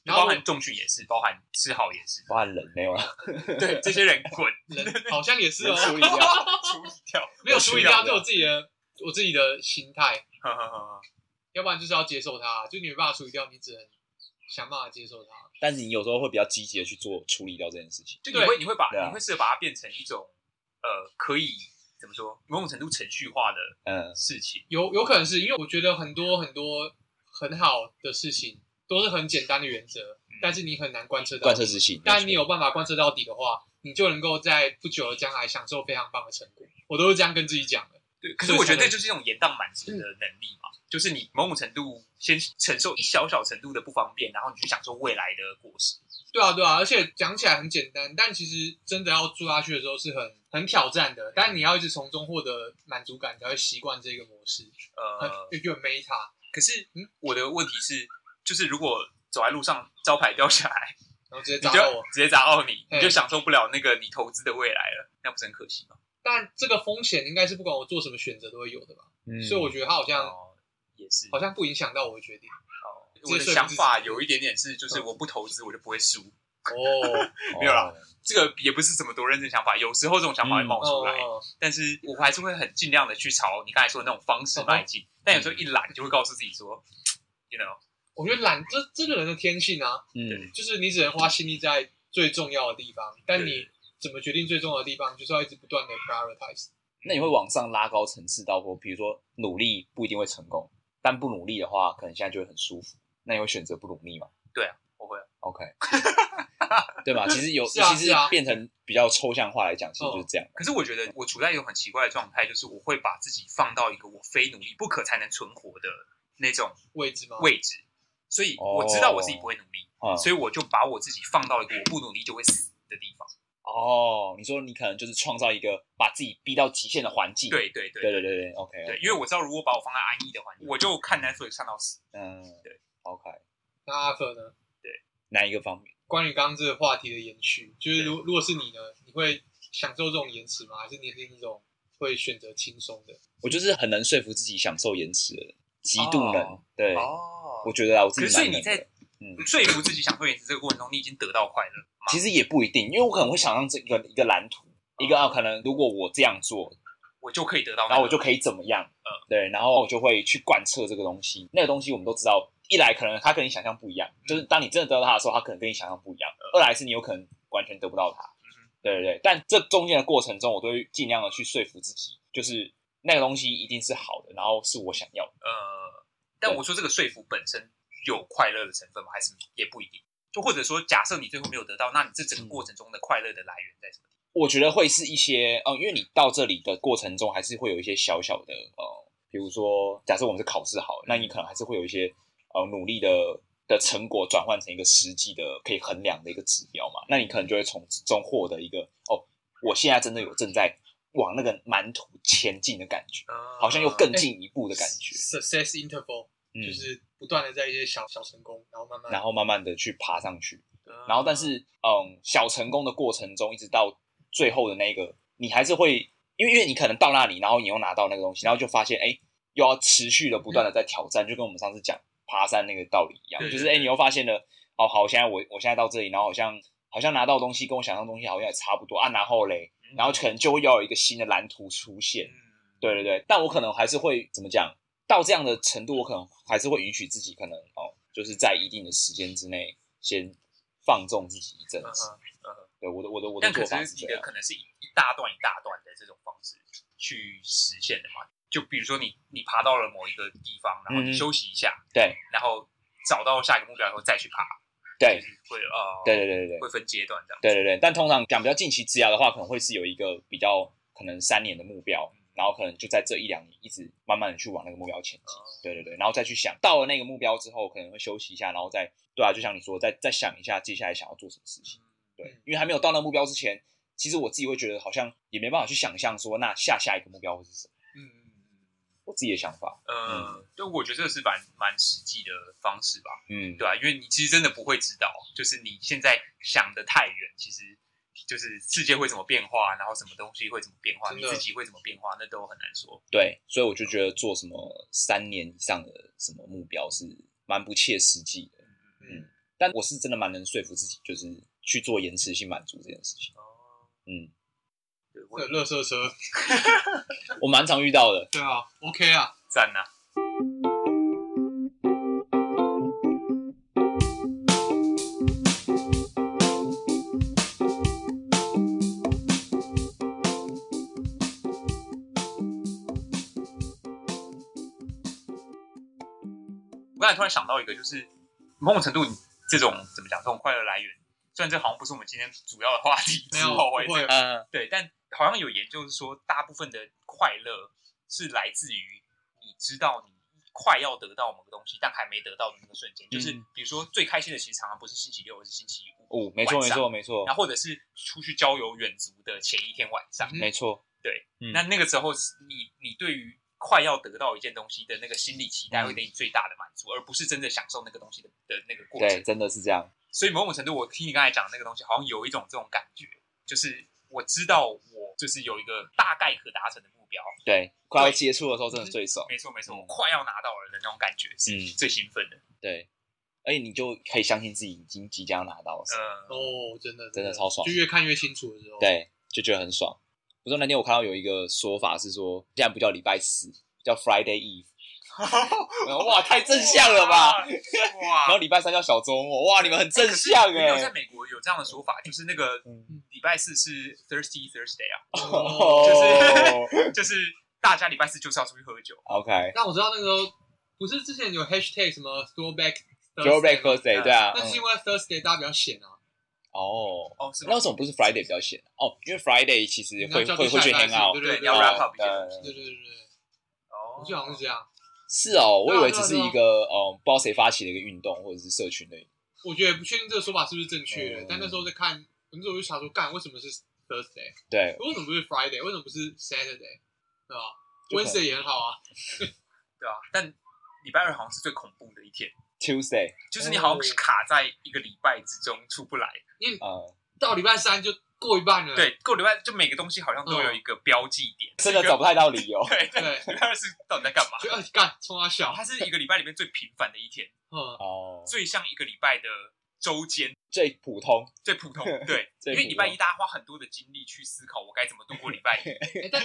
然后包含重训也是，包含吃好也是，包含人没有了， 对，这些人滚，人好像也是哦， 处理掉。 处理掉，没有我需处理要掉，这的我自己的我自己的心态，呵呵呵要不然就是要接受它，就你没办法处理掉，你只能想办法接受它。但是你有时候会比较积极的去做处理掉这件事情。就你对会你会把对啊你会试着把它变成一种呃，可以怎么说，某种程度程序化的嗯，事情。有有可能是因为我觉得很多很多很好的事情都是很简单的原则，但是你很难贯彻到贯彻底。执行。但你有办法贯彻到底的话，你就能够在不久的将来享受非常棒的成果。我都是这样跟自己讲的。对，可是我觉得这就是一种延宕满足的嗯能力嘛，就是你某种程度先承受一小小程度的不方便，然后你去享受未来的果实。对啊，对啊，而且讲起来很简单，但其实真的要做下去的时候是很很挑战的。但你要一直从中获得满足感，你才会习惯这个模式。很呃，有点 meta，可是嗯我的问题是，就是如果走在路上招牌掉下来，然后直接你砸就到我。嗯直接砸到你，嘿你就享受不了那个你投资的未来了，那不是很可惜吗？但这个风险应该是不管我做什么选择都会有的吧。嗯，所以我觉得它好像哦，也是。好像不影响到我的决定。哦这嗯我的是想法自己有一点点是，就是我不投资，我就不会输。哦，哦没有啦。这个也不是什么多认真想法，有时候这种想法嗯会冒出来。哦，但是我还是会很尽量的去朝你刚才说的那种方嗯式迈进。但有时候一懒，就会告诉自己说，you know，我觉得懒，这这个人的天性啊，嗯，就是你只能花心力在最重要的地方，但对你怎么决定最重要的地方，就是要一直不断的 prioritize。那你会往上拉高层次到说，比如说努力不一定会成功，但不努力的话，可能现在就会很舒服。那你会选择不努力吗我会 ？OK，对吧？其实有，是啊其是实啊变成比较抽象化来讲，其实嗯就是这样。可是我觉得我处在一种很奇怪的状态，就是我会把自己放到一个我非努力不可才能存活的那种位置吗？位置，所以哦我知道我自己不会努力，啊、所以我就把我自己放到一个我不努力就会死的地方。哦，你说你可能就是创造一个把自己逼到极限的环境。对对对对对对对，OK，对，因为我知道如果把我放在安逸的环境，我就看 Netflix 看到死。嗯，对，OK，那阿 r 呢？哪一个方面？关于刚刚这个话题的延续，就是如如果是你呢，你会享受这种延迟吗？还是你是那种会选择轻松的？我就是很能说服自己享受延迟的人，极度能。哦对，哦我觉得啊，我自可是己所以蛮你能在的。嗯，说服自己享受延迟这个过程中，你已经得到快乐吗？其实也不一定，因为我可能会想象这个一个蓝图，一个啊，可能如果我这样做，我就可以得到那个，然后我就可以怎么样，对，然后我就会去贯彻这个东西。那个东西我们都知道，一来可能它跟你想象不一样，就是当你真的得到它的时候，它可能跟你想象不一样；二来是你有可能完全得不到它，对对对。但这中间的过程中，我都会尽量的去说服自己，就是那个东西一定是好的，然后是我想要的。呃，但对我说这个说服本身有快乐的成分吗？还是也不一定？就或者说，假设你最后没有得到，那你这整个嗯过程中的快乐的来源在什么地我觉得会是一些，嗯、因为你到这里的过程中，还是会有一些小小的，呃，比如说，假设我们是考试好了，那你嗯可能还是会有一些，呃，努力的的成果转换成一个实际的可以衡量的一个指标嘛，那你可能就会从中获得一个，哦，我现在真的有正在往那个蛮途前进的感觉，方？呃好像又更进一步的感觉， Success interval、嗯哎就，是不断的在一些小小成功，然后慢慢然后慢慢的去爬上去，呃然后但是嗯，小成功的过程中，一直到最后的那个，你还是会，因为因为你可能到那里，然后你又拿到那个东西，然后就发现哎，诶又要持续的不断的在挑战，就跟我们上次讲爬山那个道理一样，对对就是哎，诶你又发现了，哦好，现在我我现在到这里，然后好像好像拿到的东西跟我想象的东西好像也差不多啊，然后嘞，然后可能就会要有一个新的蓝图出现，嗯对对对，但我可能还是会怎么讲？到这样的程度，我可能还是会允许自己，可能哦，就是在一定的时间之内先放纵自己一阵嗯哼子。嗯哼对，我的我的我的但可做法是是你这的样。可能是一一大段一大段的这种方式去实现的嘛？就比如说你你爬到了某一个地方，然后你嗯休息一下，对然后找到下一个目标以后再去爬，对就是会呃，对对对对对会分阶段这样。对对对，但通常讲比较近期治疗的话，可能会是有一个比较可能三年的目标，然后可能就在这一两年一直慢慢的去往那个目标前哦进。对对对，然后再去想到了那个目标之后，可能会休息一下，然后再对啊，就像你说，再再想一下接下来想要做什么事情。对嗯，因为还没有到那目标之前，其实我自己会觉得好像也没办法去想象说那下下一个目标会是什么，嗯嗯嗯嗯。我自己的想嗯法。呃，就我觉得这个是蛮蛮实际的方式吧，嗯，对吧、啊因为你其实真的不会知道，就是你现在想的太远，其实就是世界会怎么变化，然后什么东西会怎么变化，真你的自己会怎么变化，那都很难说。对，所以我就觉得做什么三年以上的什么目标是蛮不切实际的，嗯但我是真的蛮能说服自己，就是去做延迟性满足这件事情。哦，嗯，对，我会有垃圾车，嗯我蛮常遇到的。对啊，OK 啊，赞呐、我刚才突然想到一个，就是某种程度，你这种怎么讲，这种快乐来源，虽然这好像不是我们今天主要的话题，没有之后会不会嗯，对，但好像有研究是说，大部分的快乐是来自于你知道你快要得到某个东西，但还没得到的那个瞬间。就是嗯比如说最开心的，其实常常不是星期六，而是星期五，哦，没错晚没上错没错然后或者是出去郊游远足的前一天晚上。嗯没错，嗯那那个时候是，你你对于快要得到一件东西的那个心理期嗯待，会给你最大的满足，而不是真的享受那个东西的的那个过程对，。真的是这样。所以某种程度，我听你刚才讲的那个东西，好像有一种这种感觉，就是我知道我就是有一个大概可达成的目标，对，快要接触的时候真的最爽。没错没错，嗯我快要拿到了的那种感觉是嗯最兴奋的。对，而且你就可以相信自己已经即将拿到了什么。呃，哦，真的真的超爽就越看越清楚的时候，，对，就觉得很爽。不是那天我看到有一个说法是说，现在不叫礼拜四，叫 Friday Eve。然后哇，太正向了吧！哇！然后礼拜三叫小周末，哇，你们很正向没有在哎、美国有这样的说法，就是那个嗯礼拜四是 Thirsty Thursday 啊，哦，哦就是大家礼拜四就是要出去喝酒。 ，OK，那我知道那个时候不是之前有 hashtag 什么 throwback Throwback Thursday Thursday，吗对啊， 那是嗯因为 Thursday 大家比较闲啊，哦，哦，是吗那为什么不是 Friday 比较闲哦？因为 Friday 其实那会叫会做会去下一 hang 代 out，对对，对你要 wrap 哦 up 一些东西。对对对对，哦我记得好像是这样，是哦，我以为对啊只是对啊一个哦，不知道谁发起的一个运动或者是社群的，我觉得也不确定这个说法是不是正确的哦嗯，但那时候在看，那时候我就查说，干为什么是 Thursday，对，为什么不是 Friday，为什么不是 Saturday，对吧就可能？Wednesday 也很好啊，对啊，但礼拜二好像是最恐怖的一天， Tuesday，就是你好像卡在一个礼拜之中出不来。呃，到礼拜三就过一半了。对，过礼拜就每个东西好像嗯都有一个标记 点，真的找不太到理由。 对对，对，礼拜二是到底在干嘛？就呃干冲他笑， 它是一个礼拜里面最平凡的一天， 嗯，哦，最像一个礼拜的周间，最普通，最普 通。对，最因普通为礼拜一大家花很多的精力去思考我该怎么度过礼 拜一，诶哎但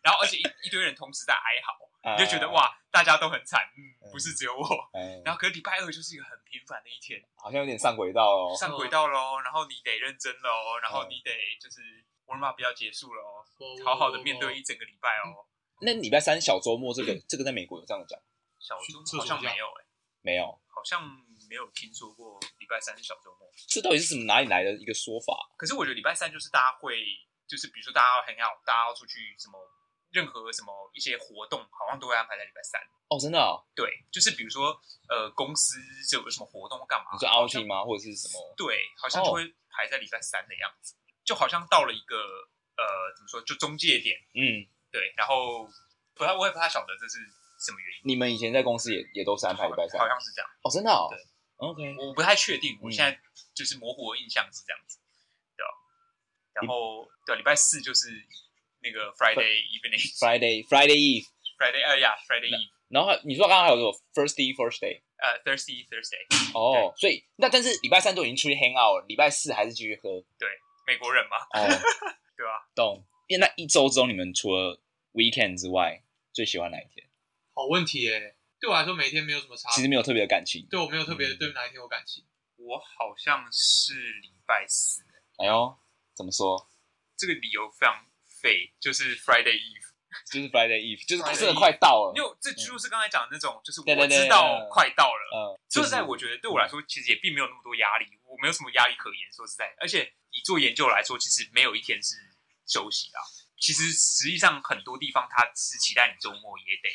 然后而且一一堆人同时在哀嚎，你你就觉得，哇，大家都很惨，嗯，啊嗯不是只有我。嗯然后可是礼拜二就是一个很平凡的一天，好像有点上轨道哦。嗯上轨道喽，然后你得认真喽，然后你得就是我他妈不要结束哦喽，好好的面对一整个礼拜哦。那礼拜三小周末这个这个在美国有这样讲小周去末好像没有哎、没有？好像没有听说过礼拜三是小周末。这到底是怎么哪里来的一个说法？可是我觉得礼拜三就是大家会，就是比如说大家要 hang out，大家要出去什么，任何什么一些活动，好像都会安排在礼拜三。哦，真的哦，对，就是比如说呃，公司就有什么活动或干嘛，你说好像 outing 哦吗，或者是什么？对，好像就会排在礼拜三的样子，就好像到了一个呃，怎么说，就中介点。嗯，对，然后不太我也不太晓得这是什么原因，你们以前在公司也也都是安排礼拜三好？像是这样，哦，真的哦对。 OK，我不太确定，我嗯现在就是模糊的印象是这样子，对吧？啊然后对，礼拜四就是那个 Friday evening。 Friday Friday Eve， Friday，哎呀，Friday Eve，然后还你说刚刚还有什么 First Day First Day 呃，Thursday Thursday，哦，所以那但是礼拜三都已经出去 hang out 了，礼拜四还是继续喝 美国人嘛， 哦，对啊吧？懂？因为那一周中你们除了 weekend 之外，最喜欢哪一天？好问题耶，对我来说每天没有什么差其实别，没有特别的感情。对我没有特别对哪一天有感情。我好像是礼拜四，哎呦，怎么说？这个理由非常废，就是 Friday Eve，就是 Friday Eve，就是 Friday 真的快到因了。为这就是刚才讲的那种，就是嗯对我对对知道快到了，嗯，说实在，就是我觉得对我来说，其实也并没有那么多压力，我没有什么压力可言。说实在，而且以做研究来说，其实没有一天是休息啊。其实实际上很多地方，它是期待你周末也得，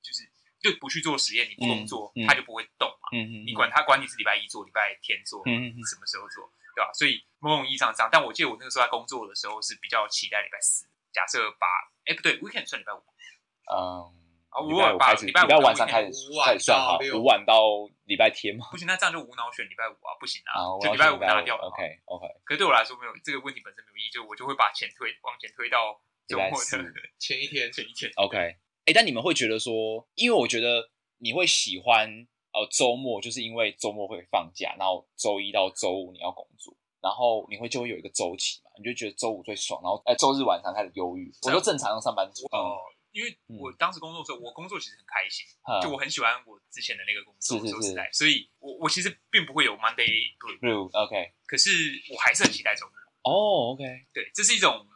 就是就不去做实验，你不工作，嗯嗯它就不会动嘛。嗯嗯，你管它，管你是礼拜一做，礼拜天做，嗯嗯嗯什么时候做，对吧？所以某种意义上是这样。但我记得我那个时候在工作的时候是比较期待礼拜四。假设把哎不对，weekend 算礼拜五吧，嗯。啊礼我拜五把开始，礼礼拜五拜跟晚上开 weekend 始五晚开始算到好，六五晚到礼拜天嘛。不行，那这样就无脑选礼拜五啊，不行啊，啊，我就要礼拜选五礼拿拜掉嘛 OK OK，可是对我来说没有这个问题本身没有意义，就我就会把钱推往前推到周末礼拜四的前一天 前一天。 OK，哎、诶但你们会觉得说，因为我觉得你会喜欢呃周末，就是因为周末会放假，然后周一到周五你要工作，然后你会就会有一个周期嘛，你就觉得周五最爽，然后哎周、日晚上开始忧郁。我说正常的上班族，嗯，哦，因为我当时工作的时候，我工作其实很开心，嗯就我很喜欢我之前的那个工作。是是说是实在，所以我我其实并不会有 Monday blue，例如 OK，可是我还是很期待周末。哦、o k 对，这是一种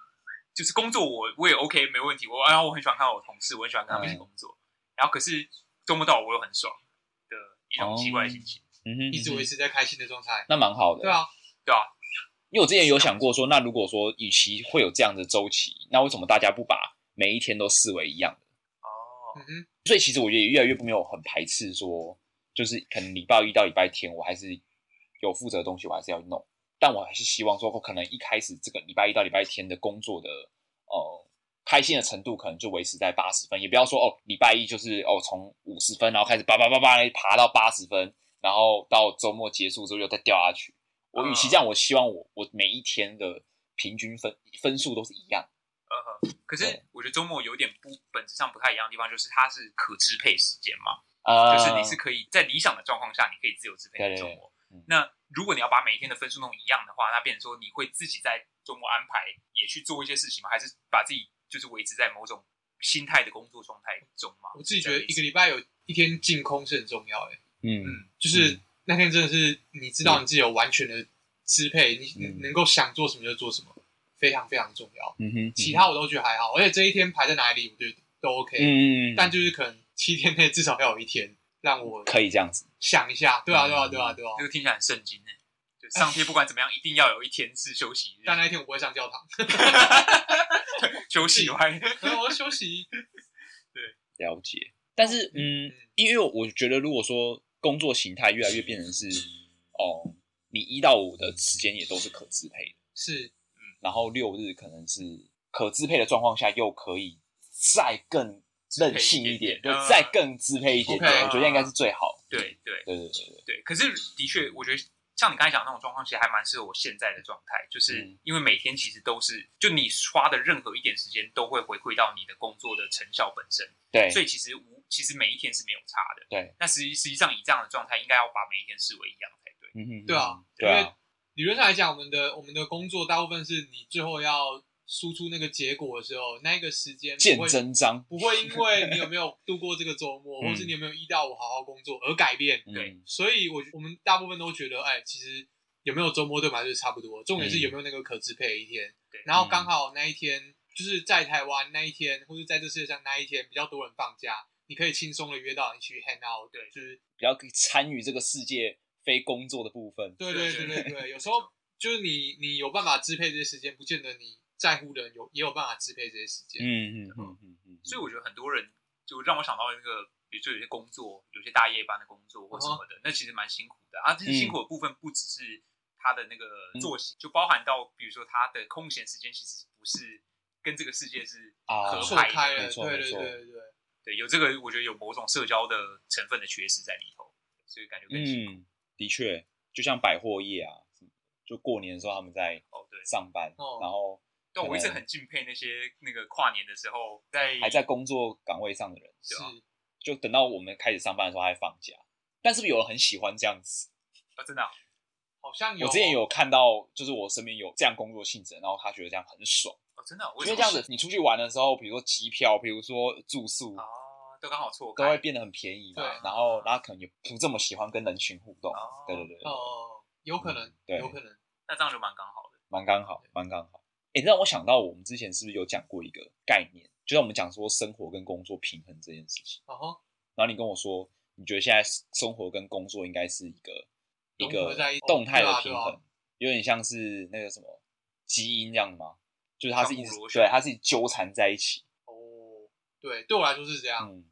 就是工作我我也 OK 没问题，我然后我很喜欢看我同事，我很喜欢跟他们一起嗯工作，然后可是周末到了我又很爽的一种奇怪的心情，嗯哼，一直维嗯哼持在开心的状态。那蛮好的，对啊，对吧？因为我之前有想过说，那如果说与其会有这样的周期，那为什么大家不把每一天都视为一样的？哦，嗯哼，所以其实我觉得也越来越没有很排斥说，就是可能礼拜一到礼拜天，我还是有负责的东西，我还是要弄。但我还是希望说，我可能一开始这个礼拜一到礼拜天的工作的呃开心的程度，可能就维持在八十分，也不要说哦，礼拜一就是哦从五十分，然后开始叭叭叭叭爬到八十分，然后到周末结束之后又再掉下去。我与其这样，我希望我我每一天的平均分分数都是一样。呃，可是对我觉得周末有点不本质上不太一样的地方，就是它是可支配时间嘛，呃，就是你是可以在理想的状况下，你可以自由支配你的周末对对对嗯。那如果你要把每一天的分数弄一样的话，那变成说你会自己在周末安排也去做一些事情吗？还是把自己就是维持在某种心态的工作状态中嘛？我自己觉得一是这个样的意思礼拜有一天净空是很重要诶，嗯嗯，就是那天真的是你知道你自己有完全的支配，你你嗯能够想做什么就做什么，非常非常重要。嗯哼，其他我都觉得还好，而且这一天排在哪里，我觉得都 OK。嗯，但就是可能七天内至少要有一天让我可以这样子。想一下，对啊，嗯对啊，对啊，对啊这。个听起来很圣经呢。欸就上天不管怎么样，一定要有一天是休息日，但那一天我不会上教 堂，休息完。可能我休息。了解。但是，嗯嗯，因为我觉得，如果说工作形态越来越变成是，哦、你一到五的时间也都是可支配的，是，然后六日可能是可支配的状况下，又可以再更任性一点，支配一点就再更支配一点点， OK 我觉得应该是最好。对对对对对对，对，可是的确，我觉得像你刚才讲的那种状况，其实还蛮适合我现在的状态，就是嗯因为每天其实都是，就你花的任何一点时间都会回馈到你的工作的成效本身，对，所以其实无其实每一天是没有差的。对，那实际实际上以这样的状态，应该要把每一天视为一样才对。嗯哼，对啊，对因为啊，理论上来讲，我们的我们的工作大部分是你最后要输出那个结果的时候，那个时间见不会真章，不会因为你有没有度过这个周末，嗯或是你有没有一到五好好工作而改变。嗯对，所以我，我们大部分都觉得，哎，其实有没有周末对我们来说是差不多，重点是嗯有没有那个可支配的一天。对然后刚好那一天就是在台湾那一天，或者在这世界上那一天比较多人放假，你可以轻松的约到你去 hang out。对，就是比较参与这个世界非工作的部分，对对对对对，有时候就是你你有办法支配这些时间，不见得你在乎的人有也有办法支配这些时间。嗯嗯嗯嗯嗯，所以我觉得很多人就让我想到那个，比如说有些工作，有些大夜班的工作或什么嗯的，那其实蛮辛苦的。啊，这些辛苦的部分不只是他的那个嗯作息，就包含到比如说他的空闲时间，其实不是跟这个世界是啊合错拍的。开了，没错对没对对错对啊对。对，有这个我觉得有某种社交的成分的缺失在里头，所以感觉更辛苦。嗯，的确，就像百货业啊，就过年的时候他们在哦，对，上班，哦然后但我一直可能很敬佩那些那个跨年的时候在还在工作岗位上的人，是对啊就等到我们开始上班的时候还放假。但是不是有人很喜欢这样子？啊，真的啊好像有我之哦前有看到，就是我身边有这样工作性质的，然后他觉得这样很爽，哦，真的啊，因什为么这样子你出去玩的时候，比如说机票，比如说住宿，哦，都刚好错都会开。变得很便宜嘛对。然后，然后可能也不这么喜欢跟人群互动哦。对对对，对哦，有可能嗯，对有可能。那这样就蛮刚好的。蛮刚好，蛮刚好。哎、让我想到我们之前是不是有讲过一个概念，就像我们讲说生活跟工作平衡这件事情。然后然后你跟我说，你觉得现在生活跟工作应该是一个一融合个在一起动态对的啊平对啊衡，有点像是那个什么基因这样吗？就是它是一直相互螺旋对，它是一直纠缠在一起。哦，对，对我来说是这样。嗯，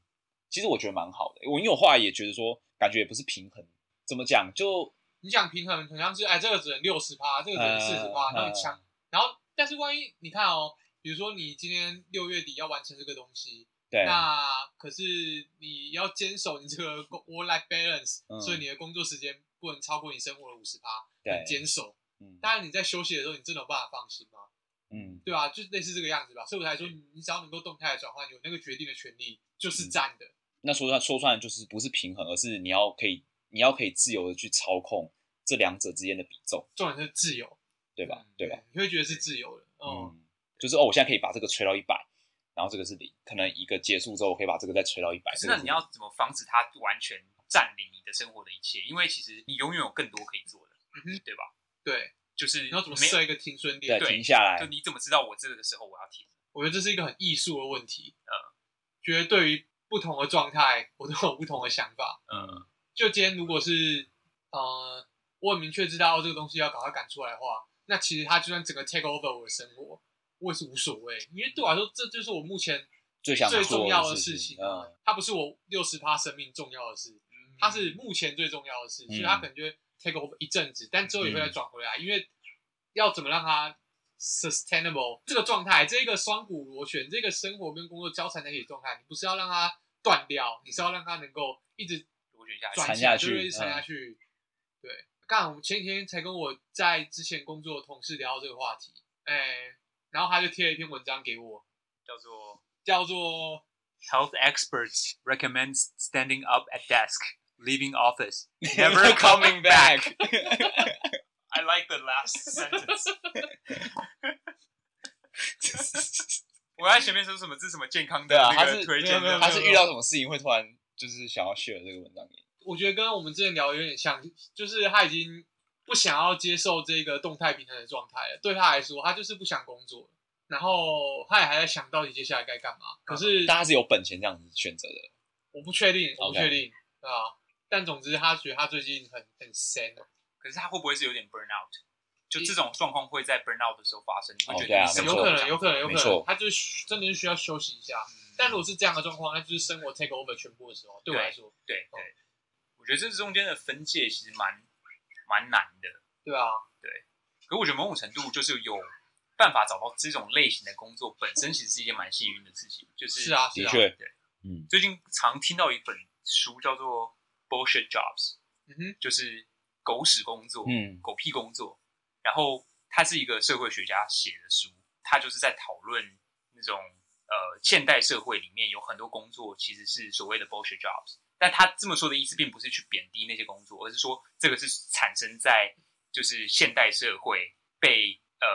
其实我觉得蛮好的。我因为我后来也觉得说，感觉也不是平衡，怎么讲就你想平衡，好像是哎，这个只能六十趴，这个只能四十趴，呃那么强。然后，但是万一你看哦，比如说你今天六月底要完成这个东西，对那可是你要坚守你这个 work life balance，、嗯所以你的工作时间不能超过你生活的五十趴，对很，坚守。嗯当然你在休息的时候，你真的有办法放心吗？嗯对啊，就类似这个样子吧。所以我才说，你只要能够动态的转换，有那个决定的权利，嗯就是占的。那说穿说穿了就是不是平衡，而是你要可以你要可以自由的去操控这两者之间的比重，重点是自由，对吧？嗯对吧？？嗯你会觉得是自由的，嗯，嗯，就是哦，我现在可以把这个吹到一百，然后这个是零，可能一个结束之后，我可以把这个再吹到一百可。是这个那是你要怎么防止它完全占领你的生活的一切？因为其实你永远有更多可以做的，嗯对吧？对。就是你要怎么没设一个停损对点？对停下就来，你怎么知道我这个时候我要停？我觉得这是一个很艺术的问题。觉得对于不同的状态，我都有不同的想法。嗯就今天如果是呃，我很明确知道这个东西要赶快赶出来的话，那其实它就算整个 take over 我的生活，我也是无所谓，因为对我来说，这就是我目前最想最做重要的事情啊 嗯，。它不是我六十趴生命重要的事，它是目前最重要的事，所以它嗯可能就会 take over 一阵子，但之后也会再转回来，因为要怎么让它 sustainable 这个状态，这个双股螺旋，这个生活跟工作交缠在一起的状态，你不是要让它断掉，你是要让它能够一直我觉得下转传起来下去就是一直嗯传下去。对，刚好我们前几天才跟我在之前工作的同事聊到这个话题，哎、然后他就贴了一篇文章给我，叫做叫做 Health experts recommend standing up at desk, leaving office, Never coming back。 I like the last sentence. 我在前面说什么？这是什么健康的 对啊它那个是推荐没有没有的？没他有是遇到什么事情会突然就是想要 share 这个文章给你？我觉得跟我们之前聊的有点像，就是他已经不想要接受这个动态平衡的状态了。对他来说，他就是不想工作，然后他也还在想到底接下来该干嘛。可是大家是有本钱这样子选择的，我不确定，我不嗯 OK 确定啊。但总之，他觉得他最近很很 sad，可是他会不会是有点 burn out？就这种状况会在 burn out 的时候发生，你会哦觉对得啊你什么有都可不能，想有可能，有没可能错，他就是需真的是需要休息一下。嗯但如果是这样的状况，那就是生活 take over 全部的时候，对我来说，对对，我觉得这中间的分界其实蛮蛮难的。对啊，可我觉得某种程度就是有办法找到这种类型的工作，本身其实是一件蛮幸运的事情。就是是啊，是的啊，确，对嗯，最近常听到一本书叫做 bullshit jobs，嗯哼，就是狗屎工作，嗯狗屁工作。然后他是一个社会学家写的书，他就是在讨论那种呃现代社会里面有很多工作其实是所谓的 bullshit jobs。但他这么说的意思，并不是去贬低那些工作，而是说这个是产生在就是现代社会被呃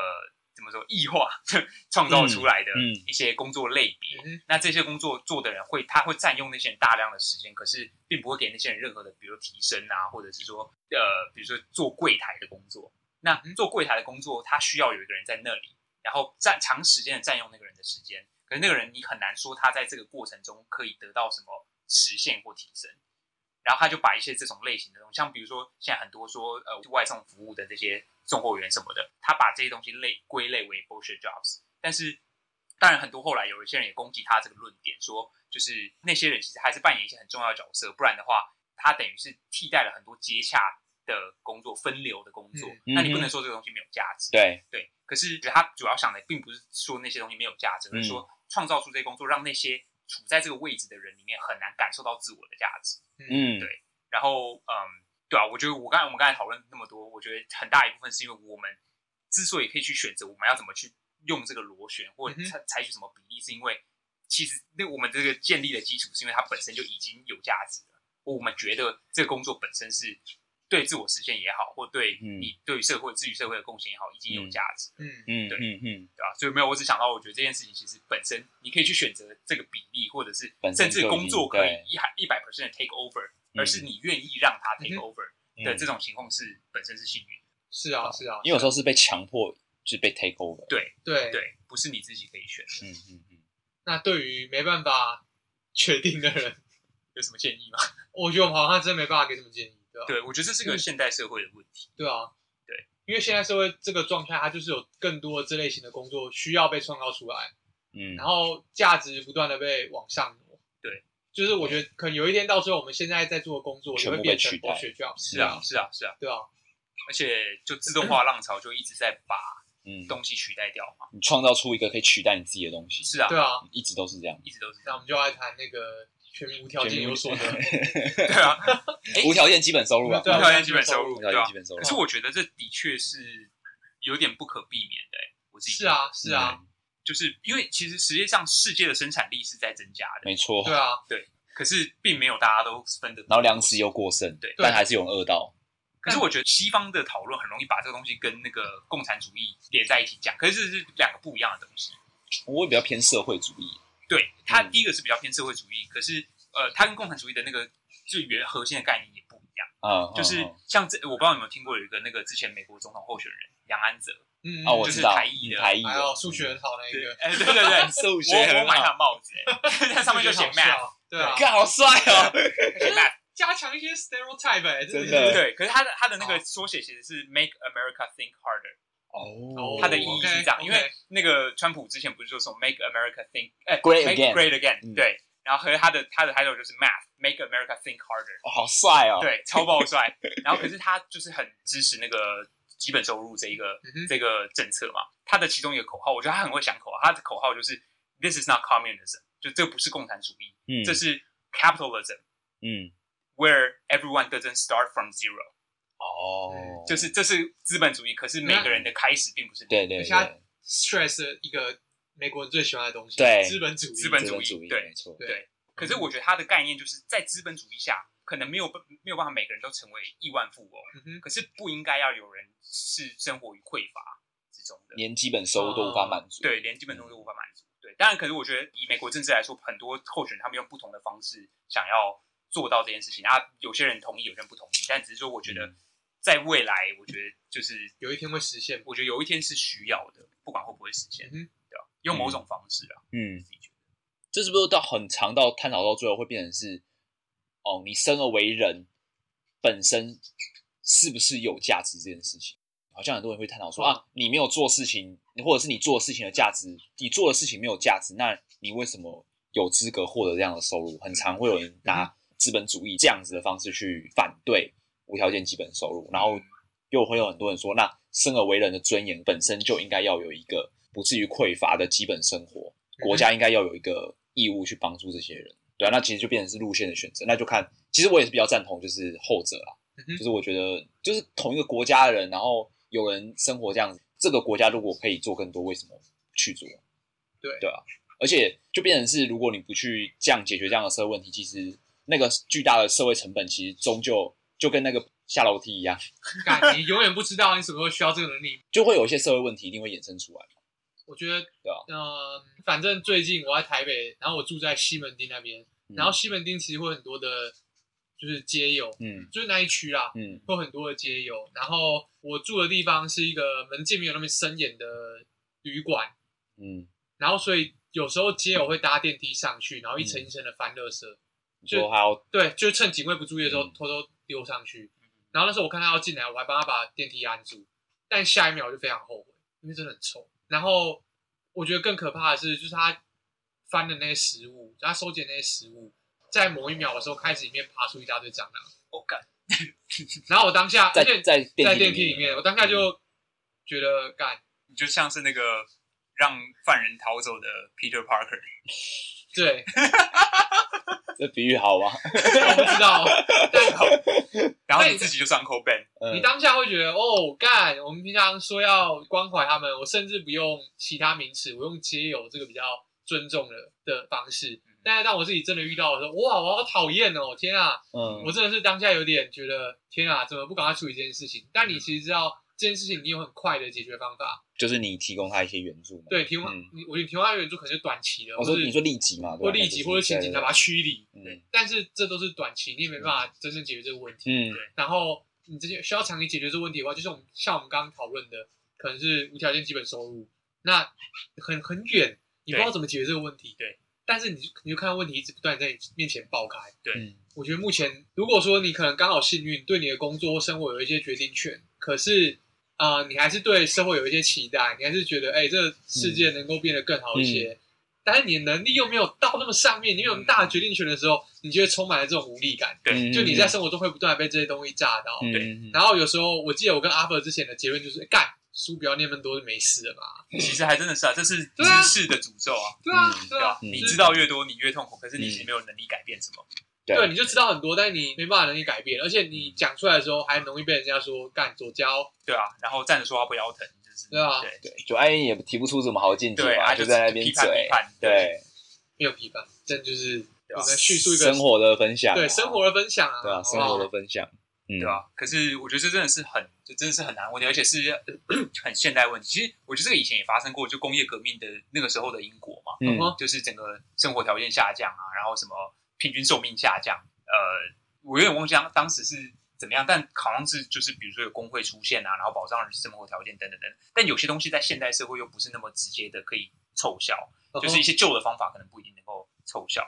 怎么说异化 创造出来的嗯嗯一些工作类别。嗯哼，那这些工作做的人会，他会占用那些人大量的时间，可是并不会给那些人任何的，比如提升啊，或者是说，呃，比如说做柜台的工作。嗯那做柜台的工作，他需要有一个人在那里，然后占长时间的占用那个人的时间。可是那个人，你很难说他在这个过程中可以得到什么实现或提升。然后他就把一些这种类型的东西，像比如说现在很多说呃外送服务的这些送货员什么的，他把这些东西类归类为 bullshit jobs。但是当然很多后来有一些人也攻击他这个论点，说就是那些人其实还是扮演一些很重要的角色，不然的话他等于是替代了很多接洽的工作、分流的工作。嗯那你不嗯哼能说这个东西没有价值。对，对，可是他主要想的并不是说那些东西没有价值，而是说创造出这些工作，让那些处在这个位置的人里面很难感受到自我的价值。嗯，对然后，嗯，对啊，我觉得我刚才我们刚才讨论那么多，我觉得很大一部分是因为我们之所以可以去选择我们要怎么去用这个螺旋或嗯哼采采取什么比例，是因为其实那我们这个建立的基础是因为它本身就已经有价值了，我们觉得这个工作本身是对自我实现也好，或对嗯你对于社会、至于社会的贡献也好，已经有嗯价值了。嗯，嗯对嗯嗯，对吧、啊所以没有，我只想到，我觉得这件事情其实本身你可以去选择这个比例，或者是本身就甚至工作可已以经一一百 percent take over，、嗯而是你愿意让它嗯 take 哼 over 嗯的这种情况是本身是幸运的，是啊，是啊，因为有时候是被强迫，就是被 take over。对对。对，不是你自己可以选的。嗯嗯嗯，那对于没办法确定的人，有什么建议吗？嗯我觉得我们好像真没办法给什么建议，对吧？ 对，我觉得这是个现代社会的问题。对啊，对，因为现在社会这个状态，它就是有更多的这类型的工作需要被创造出来，嗯，然后价值不断的被往上挪。对，就是我觉得可能有一天到时候我们现在在做的工作也全会部变被成取代 bullshit job，是啊，是啊，是啊，对啊，而且就自动化浪潮就一直在把嗯，东西取代掉嘛。你创造出一个可以取代你自己的东西，是啊，对啊。一直都是这样。一直都是这那我样。们就来谈那个全民无条件有所得，对啊，无条件基本收入啊，对啊无条件基本收入，无条对啊件基。本收入可。是我觉得这的确是有点不可避免的、欸，我自己是啊，是嗯啊，就是因为其实实际上世界的生产力是在增加的，没错。对啊，可是并没有大家都分得。然后粮食又过剩，对但还是有人饿到。可是我觉得西方的讨论很容易把这个东西跟那个共产主义连在一起讲，可是这是两个不一样的东西。我会比较偏社会主义，对，它嗯第一个是比较偏社会主义，可是呃，它跟共产主义的那个最原核心的概念也不一样。啊，就是像这，我不知道你有没有听过有一个那个之前美国总统候选人杨安泽，嗯，啊，我就是知道台艺的台艺还的。有数学很好那一对，个，哎，对对 对数学我我很买他好，的 帽子、欸，它上面就写数学很好 math，笑对啊，看好帅哦，写 math， 加强一些 stereotype，哎真的是对，可是他的他的那个缩写其实是 Make America Think Harder，哦它的意义是这样， OK，OK 因为那个川普之前不是就说 Make America Think，哎 Great Make again Great Again，、嗯对，然后和他的他的 title 就是 Math，Make America Think Harder，、哦好帅哦，对，超爆 帅。然后可是他就是很支持那个基本收入这一个、嗯哼这个政策嘛，他的其中一个口号，我觉得他很会想口号，他的口号就是 This is not communism，就这不是共产主义，嗯，这是 capitalism。嗯 Where everyone doesn't start from zero，、哦，就是这是资本主义，可是每个人的开始并不是零对对其他对， stress 一个美国人最喜欢的东西，对资本主义，资本主义主义对没错，对可是我觉得他的概念就是在资本主义下，可能没有没有办法每个人都成为亿万富翁，嗯哼，可是不应该要有人是生活于匮乏之中的，连基本收入都无法满足，哦对，连基本东西都无法满足。对，当然，可是我觉得以美国政治来说，很多候选人他们用不同的方式想要做到这件事情，啊，有些人同意，有些人不同意，但只是说我觉得在未来，我觉得就是有一天会实现。我觉得有一天是需要的，不管会不会实现，嗯哼对吧？用某种方式啊，嗯自，己觉得。这是不是到很长到探讨到最后会变成是，哦，你生而为人本身是不是有价值这件事情？好像很多人会探讨说、啊，你没有做事情，或者是你做事情的价值，你做的事情没有价值，那你为什么有资格获得这样的收入？很常会有人拿资本主义这样子的方式去反对无条件基本收入，然后又会有很多人说，那生而为人的尊严本身就应该要有一嗯个不至于匮乏的基本生活，国家应该要有一个义务去帮助这些人。对啊，那其实就变成是路线的选择，那就看。其实我也是比较赞同，就是后者啦，嗯哼就是我觉得就是同一个国家的人，然后有人生活这样子，这个国家如果可以做更多，为什么不去做？对对啊，而且就变成是，如果你不去这样解决这样的社会问题，其实那个巨大的社会成本，其实终究就跟那个下楼梯一样，干，你永远不知道你什么时候需要这个能力。就会有一些社会问题一定会衍生出来。我觉得，对啊呃，反正最近我在台北，然后我住在西门町那边，嗯然后西门町其实会很多的，就是街友，嗯就是那一区啦，嗯会有很多的街友。然后我住的地方是一个门禁没有那么森严的旅馆，嗯，然后所以有时候街友会搭电梯上去，然后一层一层的翻垃圾，你说还要对，就趁警卫不注意的时候嗯偷偷丢上去。然后那时候我看他要进来，我还帮他把电梯按住，但下一秒我就非常后悔，因为真的很臭。然后我觉得更可怕的是，就是他翻的那些食物，他收集的那些食物，在某一秒的时候开始里面爬出一大堆蟑螂。我哦干，然后我当下，而在且在电在梯电梯里面，我当下嗯就觉得干，你就像是那个让犯人逃走的 Peter Parker，对，这比喻好吗？我不 知道，但然后你自己就上 c o b a n 嗯 你当下会觉得哦，干！我们平常说要关怀他们，我甚至不用其他名词，我用街友这个比较尊重的的方式。嗯但是当我自己真的遇到的时候，哇，我好讨厌哦！天啊，嗯我真的是当下有点觉得天啊，怎么不赶快处理这件事情？但嗯你其实知道这件事情，你有很快的解决方法。就是你提供他一些援助嘛。对，提供、嗯你，我觉得提供他援助可能是短期的，我或说是你说立即嘛，对吧或立即，或者请警察把他。驱离。对对但是这都是短期，你也没办法真正解决这个问题。对嗯嗯然后你这些需要长期解决这个问题的话，就是我们像我们刚刚讨论的，可能是无条件基本收入，那很很远，你不知道怎么解决这个问题。对，但是你就你就看到问题一直不断在你面前爆开。对嗯我觉得目前如果说你可能刚好幸运，对你的工作或生活有一些决定权，可是。啊、你还是对社会有一些期待，你还是觉得，哎、这个世界能够变得更好一些，但是你的能力又没有到那么上面，你没有那么大的决定权的时候，你就会充满了这种无力感。对嗯就你在生活中会不断地被这些东西炸到，嗯对嗯然后有时候我记得我跟阿伯之前的结论就是欸干书不要念那么多就没事了嘛。其实还真的是啊，这是嗯对啊知识的诅咒啊。对啊嗯，对啊，嗯你就是知道越多，你越痛苦，可是你其实没有能力改变什么。啊对，你就知道很多，但是你没办法能力改变，而且你讲出来的时候还容易被人家说干左交，对啊，然后站着说话不腰疼，就是对啊对对，就哎也提不出什么好见解对嘛，啊，就是在那边批判批嘴，判，对，没有批判，这就是对我吧们叙述一个啊生活的分享啊，对生活的分享啊，对啊，好不生好啊活的分享，嗯，对吧？可是我觉得这真的是很，这真的是很难问题，而且是 很现代问题。其实我觉得这个以前也发生过，就工业革命的那个时候的英国嘛，嗯，嗯就是整个生活条件下降啊，然后什么平均寿命下降，呃，我有点忘记当当时是怎么样，但好像是就是比如说有工会出现啊，然后保障人生活条件等等等等，但有些东西在现代社会又不是那么直接的可以凑效，嗯哼就是一些旧的方法可能不一定能够凑效，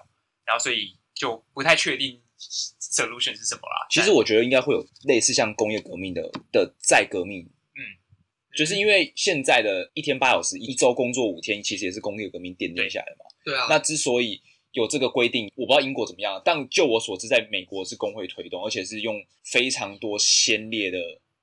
然后所以就不太确定 solution 是什么啦。其实我觉得应该会有类似像工业革命的的再革命，嗯，就是因为现在的一天八小时，一周工作五天，其实也是工业革命奠定下来的嘛。对啊，那之所以有这个规定，我不知道英国怎么样，啊但就我所知，在美国是工会推动，而且是用非常多先烈的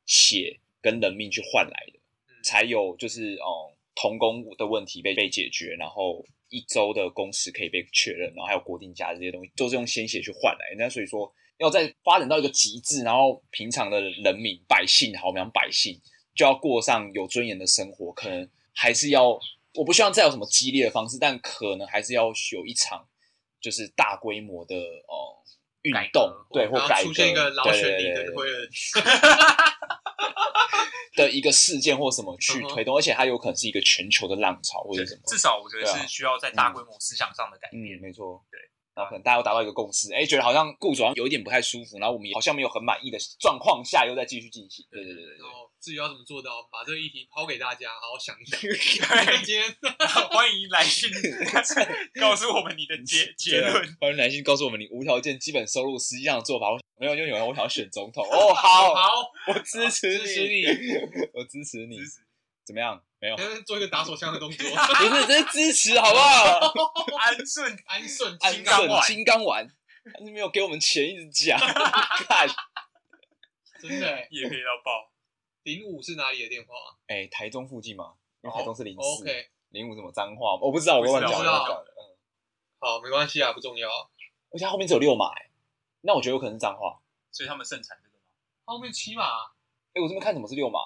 血跟人命去换来的，嗯才有就是嗯童工的问题被被解决，然后一周的工时可以被确认，然后还有国定假日这些东西，都是用鲜血去换来的。那所以说，要再发展到一个极致，然后平常的人民百姓，好，我们讲百姓就要过上有尊严的生活，可能还是要，我不希望再有什么激烈的方式，但可能还是要有一场就是大规模的哦、呃、运改革动，对，或然后改革，出现一个老选对里对对的对会尔，的一个事件或什么去嗯哼推动，而且它有可能是一个全球的浪潮或者对什么，至少我觉得对是啊需要在大规模思想上的改变。 嗯，没错，对。然后可能大家都达到一个共识，哎，觉得好像雇主好像有一点不太舒服，然后我们也好像没有很满意的状况下，又再继续进行。对对对对然后至于要怎么做到，把这个议题抛给大家，好好想一 想。对今天欢迎来信 告诉我们你的结结嗯论。对。欢啊迎来信告诉我们你无条件基本收入实际上的做法。我没有，因为有人我想选总统。哦，好，好，我支持你，支持你 我支持你支。持怎么样？没 有，做一个打手枪的 动作，不是，这是支持，好不好？安顺安顺安顺金刚刚丸金刚丸，但是没有给我们钱，一直讲。看，真的欸也可以到爆，零五是哪里的电话啊哎，台中附近嘛，因为台中是零四哦？OK，零五什么脏话，我不知道，我乱讲不知乱道讲的。嗯好，没关系啊，不重要。而且它后面只有六码、欸，那我觉得有可能是脏话。所以他们盛产这个吗？后面骑马哎、我这边看什么是六码？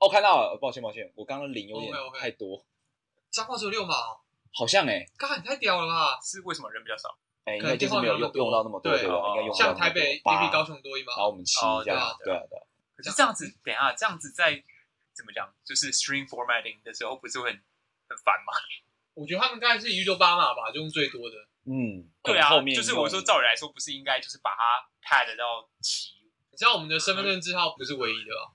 哦，看到了，抱歉抱歉，我刚刚零有点 OK，OK 太多，脏话只有六码哦，好像哎、欸、干你太屌了吧！是为什么人比较少？哎、应可该能就是没有用用到那么多，对对吧？哦应该用不到那像么多台北也八比高雄多一码然，后我们七哦这样，对对啊对啊，可是这样子，等一下这样子在怎么讲，就是 string formatting 的时候不是会很很烦 吗？我觉得他们大概是一六八码吧，就用最多的。嗯，可对能啊后，面就是用我说，照理来说，不是应该就是把它 pad 到齐你知道我们的身份证字号不是唯一的哦。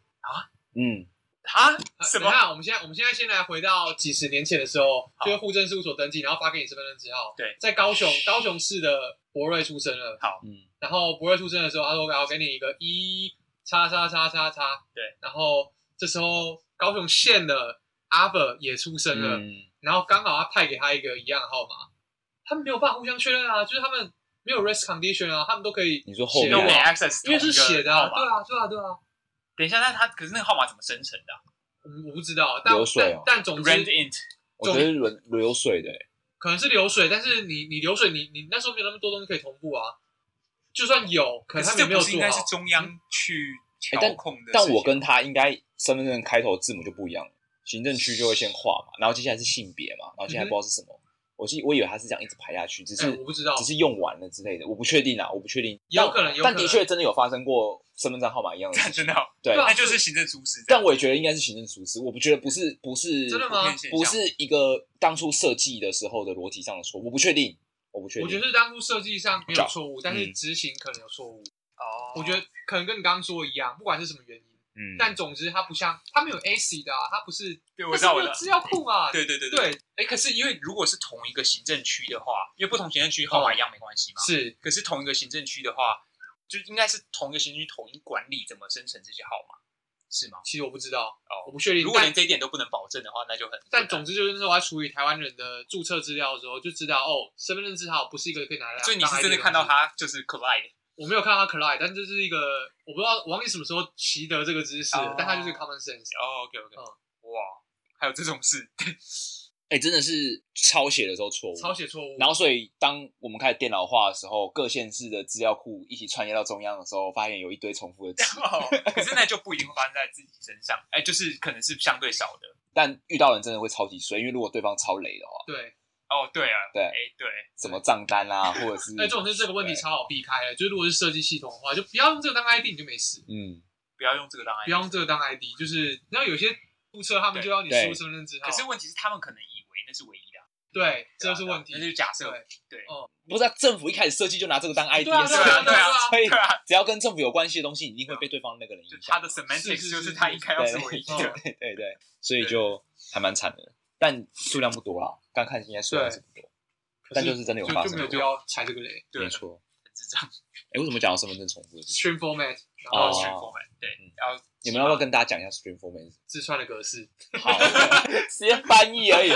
嗯，啊？呃 什等一么？下，我们现在我们现在先来回到几十年前的时候，好就是户政事务所登记，然后发给你身份证字号。对在高雄高雄市的博瑞出生了，好，嗯，然后博瑞出生的时候，他说我要给你一个一叉叉叉叉叉，对，然后这时候高雄县的阿 l 也出生了，嗯然后刚好他派给他一个一样的号码，他们没有办法互相确认啊，就是他们没有 rest condition 啊，他们都可以你说后写面都的没啊 access，因为是写的啊，号对码。啊，对啊，对啊，等一下，那它可是那个号码怎么生成的啊嗯我不知道，但流水但哦但总？rand 之 int 我觉得流流水的、欸，可能是流水，但是你你流水你你那时候没有那么多东西可以同步啊，就算有，可可能他是们也这没不有是应做该好是。中央去调控的事情、但我跟他应该身份证开头字母就不一样了，行政区就会先画嘛，然后接下来是性别嘛，然后接下来不知道是什么，我记我以为他是这样一直排下去，只嗯哎、是、我不知道只，是用完了之类的，我不确定啊，我不确定，有但可能有但可的能确真的有发生过身份证号码一样 的事干情 真，的哦，对对啊那就是行政疏失这样。但我也觉得应该是行政疏失，我不觉得不是不是真的普吗遍现象不是一个当初设计的时候的逻辑上的错，我不确定，我不确定，我觉得是当初设计上没有错误，但是嗯执行可能有错误。哦，我觉得可能跟你刚刚说的一样，不管是什么原因，嗯，但总之它不像它没有 AC 的啊，它不是，它对，我知是道没我有的。资料库嘛。对对对对。对，哎，可是因为如果是同一个行政区的话，因为不同行政区号码嗯一样没关系嘛。是可是同一个行政区的话，就应该是同一个行政区统一管理怎么生成这些号码，是吗？其实我不知道，我哦，不确定。如果但连这一点都不能保证的话，那就很但总之就是那时候我在处理台湾人的注册资料的时候，就知道哦，身份证字号不是一个可以拿来。所以你是真的看到？他就是 collide 我没有看到他 collide，但这是一个我不知道我忘记什么时候习得这个知识的哦但它就是 common sense。哦，OK OK，嗯哇，还有这 种事，哎、真的是抄写的时候错误，抄写错误，然后，所以当我们开始电脑化的时候，各县市的资料库一起串接到中央的时候，发现有一堆重复的词，哦可是那就不一定会发生在自己身上，哎，就是可能是相对少的。但遇到人真的会超级衰，因为如果对方超雷的话，对，哦，对啊，对哎，对，什么账单啊，或者是哎，重点是这个问题对超好避开的，就是如果是设计系统的话，就不要用这个当 ID，你就没事，嗯，不要用这个当 ID 不要用这个当 ID，就是然后有些注册他们就要你对输身份证字号可，是问题是，他们可能以为那是唯一的啊，啊对，这就是问那题。就假设，对对不是、啊、政府一开始设计就拿这个当 ID，对啊是对吧啊对 啊 所以对啊，只要跟政府有关系的东西，一定会被对方那个人影就响他。的是是 semantics 就是是他应该要是唯一对的，对对对，所以就还蛮惨的，但数量不多啦，刚看应该数量是不多，可但就是真的有就发就生没有过必要踩这个雷。对没，错。是这样，哎、为什么讲到身份证重复的事情？ String format，然然后哦后选 format，对嗯，然后你们要不要跟大家讲一下 Stream Format？自串的格式， 好，直接翻译而已。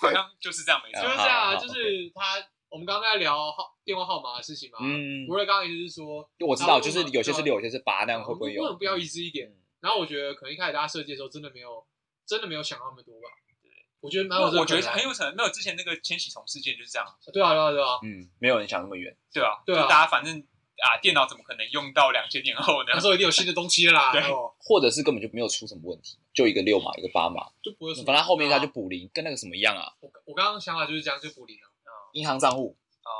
好像就是这样，没就错啊，是这样啊，好好就是他我们刚刚在聊号电话号码的事情嘛， 嗯吴，瑞刚刚意思是说，我知然道，后就是有些是六，有些是八，那样会不会为什有？么不要一致一点？嗯然后我觉得可能一开始大家设计的时候，真的没有，真的没有想到那么多吧。我觉得蛮有这那个我可觉能得啊，很有可能，没有之前那个千禧虫事件就是这样啊，对啊，对啊，对啊。嗯，没有人想那么远。对啊，对啊就大家反正啊，电脑怎么可能用到两千年后呢那？时候一定有新的东西了啦，哦对然后或者是根本就没有出什么问题，就一个六码，一个八码，就不会说。反正后面他就啊补零，跟那个什么一样啊，啊我我刚刚想法就是这样，就补零了。啊银行账户。哦，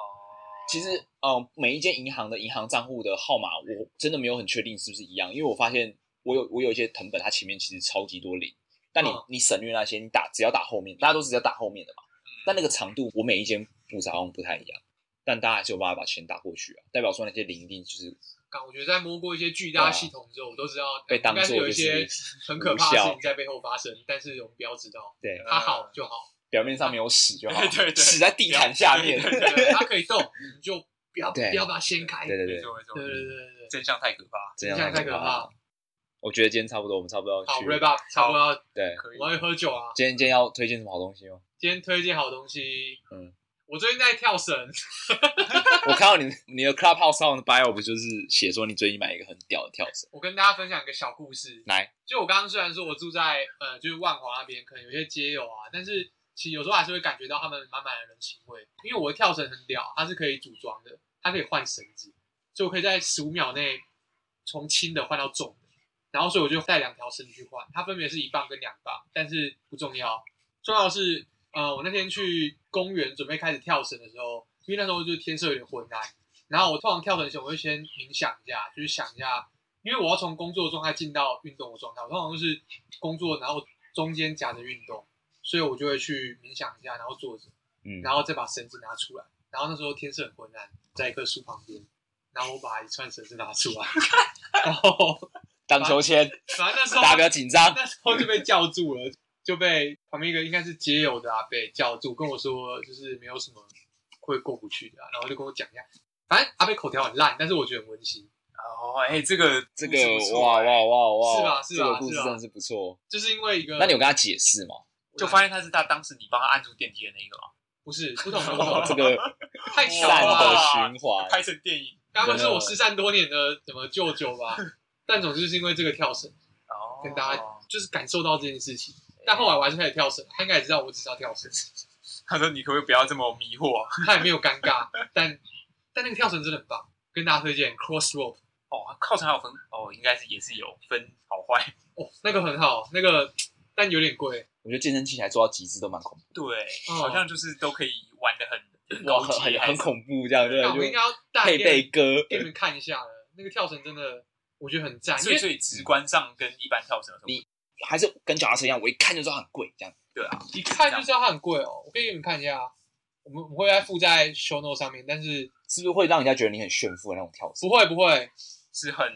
其实，嗯，每一间银行的银行账户的号码，我真的没有很确定是不是一样，因为我发现我有我有一些藤本，它前面其实超级多零，但你嗯你省略那些，你打只要打后面，大家都只要打后面的嘛。嗯但那个长度，我每一间步骤好像不太一样，但大家还是有办法把钱打过去啊，代表说那些零一定就是刚我觉得在摸过一些巨大系统之后，我都知道啊被当应该是做有就一些是很可怕的事无情在背后发生，但是我们不要知道，对啊它好就好， 表面上没有屎就好，对对对屎在地毯下面。对对对它可以动，你就不要不对要把它掀开。 对对对没对，错没错，对对对对，真相太可怕，这样太可怕了。我觉得今天差不多，我们差不多要好去。 ，Ray 爸，差不多要对，可以我。们要去喝酒啊。今天今天要推荐什么好东西吗？今天推荐好东西，嗯，我最近在跳绳， 我看到你你的 Clubhouse 上的 bio 不就是写说你最近买一个很屌的跳绳？我跟大家分享一个小故事。来，就我刚刚虽然说我住在呃，就是万华那边，可能有些街友啊，但是其实有时候还是会感觉到他们满满的人情味。因为我的跳绳很屌，它是可以组装的，它可以换绳子，所以我可以在十五秒内从轻的换到重的。然后所以我就带两条绳去换，它分别是一磅跟两磅，但是不重要，重要的是呃，我那天去公园准备开始跳绳的时候，因为那时候就天色有点昏暗，然后我通常跳绳前我会先冥想一下，就是想一下，因为我要从工作状态进到运动的状态，我通常就是工作然后中间夹着运动，所以我就会去冥想一下，然后坐着，嗯，然后再把绳子拿出来，然后那时候天色很昏暗，在一棵树旁边，然后我把一串绳子拿出来，然后。荡秋 千，反正那时候大家不要紧张。 那时候就被叫住了，就被旁边一个应该是街友的啊被叫住，跟我说就是没有什么会过不去的、啊，然后就跟我讲一下，反正阿贝口条很烂，但是我觉得很温馨，哦，哎、这个这个故事不错哇哎哇哇哇，是吧是这吧个故事是吧真的是不错。就是因为一个那你有跟他解释 吗？就发现他是他当时你帮他按住电梯的那个嘛，不是不同工 作这个太小善了吧，的循环， 拍成电影该不会是我失散多年的什么舅舅吧？但总之就是因为这个跳绳，哦跟大家就是感受到这件事情。但后来我还是开始跳绳，他应该也知道我只是要跳绳，他说你可不可以不要这么迷惑啊？他也没有尴尬。但但那个跳绳真的很棒，跟大家推荐 cross rope。哦，靠墙还有分哦，应该是也是有分好坏，哦，那个很好，那个但有点贵，我觉得健身器材做到极致都蛮恐怖，对，哦好像就是都可以玩的很哇，高很级，很还很是恐怖这样，对，那啊我应就该要带配给备你歌，给你们看一下了。那个跳绳真的，我觉得很赞，因所以为所以直观上跟一般跳绳有什么你还是跟脚踏车一样，我一看就知道很贵，这样。对啊，一看就知道它很贵哦。我可以给你们看一下，我们我们会在附在 show note 上面，但是是不是会让人家觉得你很炫富的那种跳绳不？会不会，是很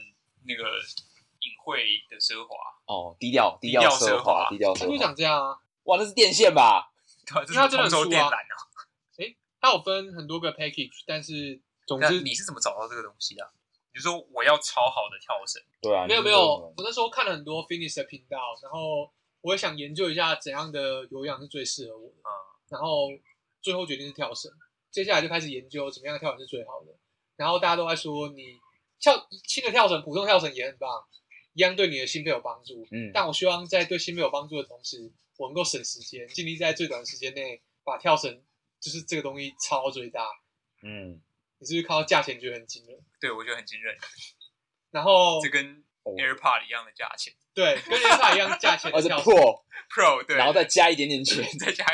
那个隐晦的奢华，哦，低调低调奢奢华低调他奢就华。讲这样啊。哇，那是电线吧？对啊，因这为它是真的同很轴粗电啊缆啊。它有分很多个 package，但是总那之你是怎么找到这个东西的啊？比如说我要超好的哦跳绳，对啊，没有你没是有，说我那时候看了很多 fitness 的频道，然后我也想研究一下怎样的有氧是最适合我的，嗯然后最后决定是跳绳。接下来就开始研究怎么样的跳绳是最好的，然后大家都在说你跳轻的跳绳、普通跳绳也很棒，一样对你的心肺有帮助。嗯，但我希望在对心肺有帮助的同时，我能够省时间，尽力在最短的时间内把跳绳就是这个东西超到最大。嗯，你是不是看到价钱觉得很惊人？对我觉得很惊人，然后这跟哦 AirPod 一样的价钱对，跟 a i 一样价钱而的且跳绳。哦破， ，Pro 对，然后再加一点点 钱， 再加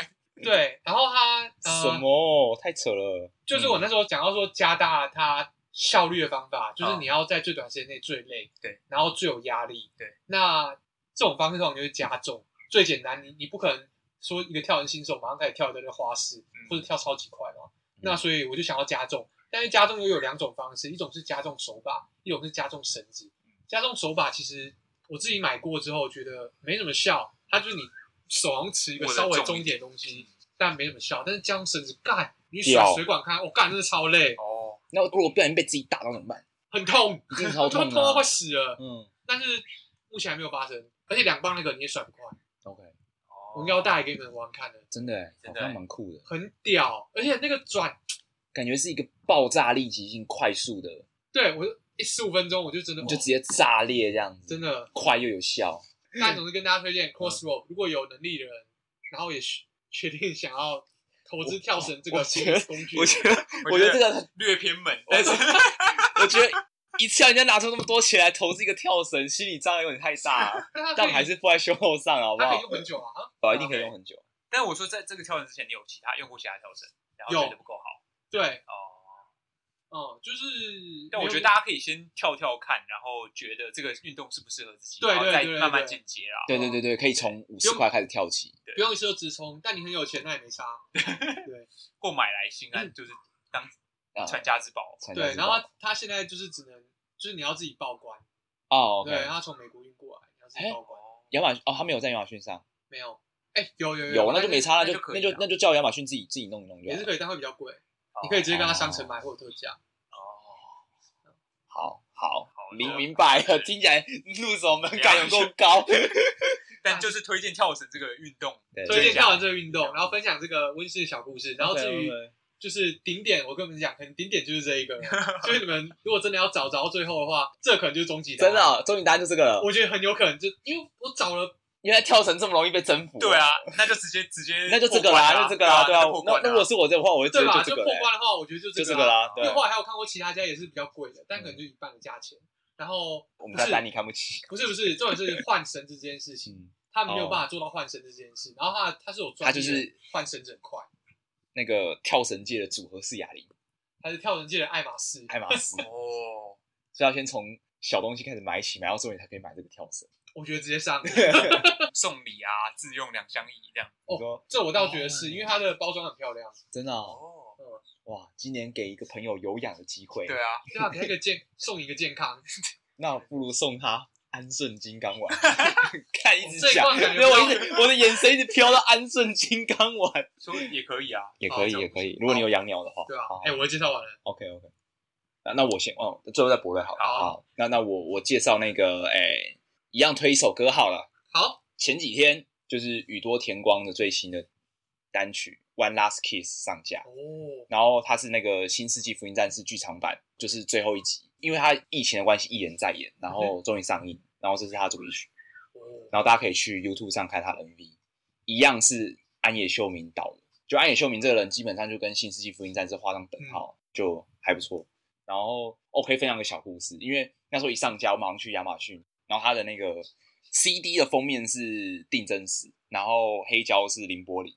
对，然后他呃，什么？太扯了。嗯就是我那时候讲到说加大它效率的方法，就是你要在最短时间内最累，嗯对，然后最有压力，对。那这种方式通常就是加重，最简单，你你不可能说一个跳人新手马上开始跳一堆花式，嗯或者跳超级快嘛。那所以我就想要加重，但是加重又有两种方式，一种是加重手把，一种是加重绳子。嗯加重手把其实我自己买过之后觉得没什么效，它就是你手上持一个握得稍微重重一一点点嗯的东西，但没什么效。但是加重绳子，干你甩屌水管开，我、干真的超累，哦，那如果不小心被自己打到怎么办？很痛，一定我超他妈痛啊痛到快的。死了。嗯但是目前还没有发生，而且两磅那个你也甩不快， ，OK，我应该要带来给你们玩看的，真的欸，好真的欸像蛮酷的，很屌，而且那个转，感觉是一个爆炸力极性快速哦的，对我一十五分钟我就真的你就哦直接炸裂这样子，真的快又有 效。那总是跟大家推嗯荐 Crossroad，、如果有能力的人，然后也确确定想要投资跳绳这我个觉得工具，我觉得，我我觉觉得这得个，略偏门，哦但是我觉得一次要人家拿出那么多钱来投资一个跳绳，心理障碍有点太大了，但它可以但还是放在胸口上好不它可好以？用很久啊，啊哦，一定可以用很久。但我说在这个跳绳之前，你有其他用过其他跳绳，然后有觉得不够好对，哦。嗯，就是，但我觉得大家可以先跳跳看，然后觉得这个运动适不适合自己，对然后对再对对慢慢对进阶啦。对对对对，可以从五十用块开始跳起。不用一次就直冲，但你很有钱那也没差， 对或买来心安，就是当嗯啊，传家之宝。参加对，这个然后他他现在就是只能就是你要自己报关，哦，OK，对，他从美国运过来，你要自己报关，亚马逊哦，他没有在亚马逊上，没有，哎，有有有那就没差，那那就就可那以就了那就叫亚马逊自己自己弄一弄就也好是了。可以，但会比较贵，哦你可以直接跟他商城买或者特价，哦，好好好，明那明白了，是听起来入手门槛有够高。但就是推荐跳绳这个运动，对推一荐下跳完这个运动，然后分享这个温馨的小故事，然后至于 OK，OK。就是顶点，我跟你们讲，可能顶点就是这一个了。所以你们如果真的要找找到最后的话，这可能就是终极答哦案真的、。哦，终极答案就这个了。我觉得很有可能就因为我找了原来跳绳这么容易被征服。哦对，啊，那就直接直接那就这个破关啦，就这个啦，对啊。破那关那如果是我这的话，我会直对接吧？这就个破嘞，关啊的话，我觉得就就这这个个啦。啦，对因为啊。后来还有看过其他家也是比较贵的，但可能就一半的价钱。然后我们不家是丹尼看不起。不是不是，重点是换绳子这件事情，嗯，他们没有哦办法做到换绳子这件事。然后他他是有专他就业是的换绳子很快，那个跳绳界的组合是哑铃、他是跳绳界的爱马仕。爱马仕，所哦，以要先从小东西开始买起，买到最后你才可以买这个跳绳。我觉得直 接上，送礼啊，自用两相宜这样。你说这我倒觉得哦是因为它的包装很漂亮，真的哦，哦，哇！今年给一个朋友有氧的机会，对啊，对吧？给他一个健送你一个健康，那不如送他安顺金刚 丸。看一直这一讲罐感，觉没有，不我用一直我的眼神一直飘到安顺金刚丸，所以也可以啊，也可以，哦也可以。如果你有养鸟的话，对吧好？哎，我介绍完了， OK OK，那那我先哦，最后再博瑞好了。啊好那那我我介绍那个哎、一样推一首歌好了。好，前几天就是宇多田光的最新的单曲《One Last Kiss》上架，哦，然后它是那个《新世纪福音战士》剧场版，就是最后一集，因为它疫情的关系一延再延，然后终于上映，然后这是它主题曲，哦，然后大家可以去 YouTube 上看它的 MV，一样是安野秀明导的。就安野秀明这个人，基本上就跟《新世纪福音战士》画上等号，就还不错。然后我可以分享个小故事，因为那时候一上架，我马上去亚马逊，然后它的那个 CD 的封面是定真石，然后黑胶是零玻璃。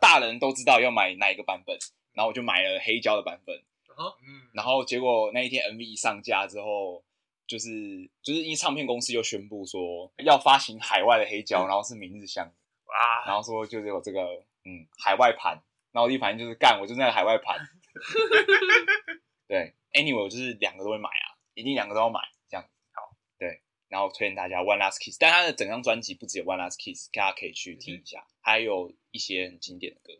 大人都知道要买哪一个版本，然后我就买了黑胶的版本。嗯，然后结果那一天 MV 一上架之后，就是就是因为唱片公司又宣布说要发行海外的黑胶，然后是明日香，哇，然后说就是有这个嗯海外盘，然后我第一反应就是干，我就是那个海外盘。对，anyway，我就是两个都会买啊，一定两个都要买这样。好，对，然后推荐大家 One Last Kiss，但它的整张专辑不只有 One Last Kiss，大家可以去听一下，还有一些很经典的歌。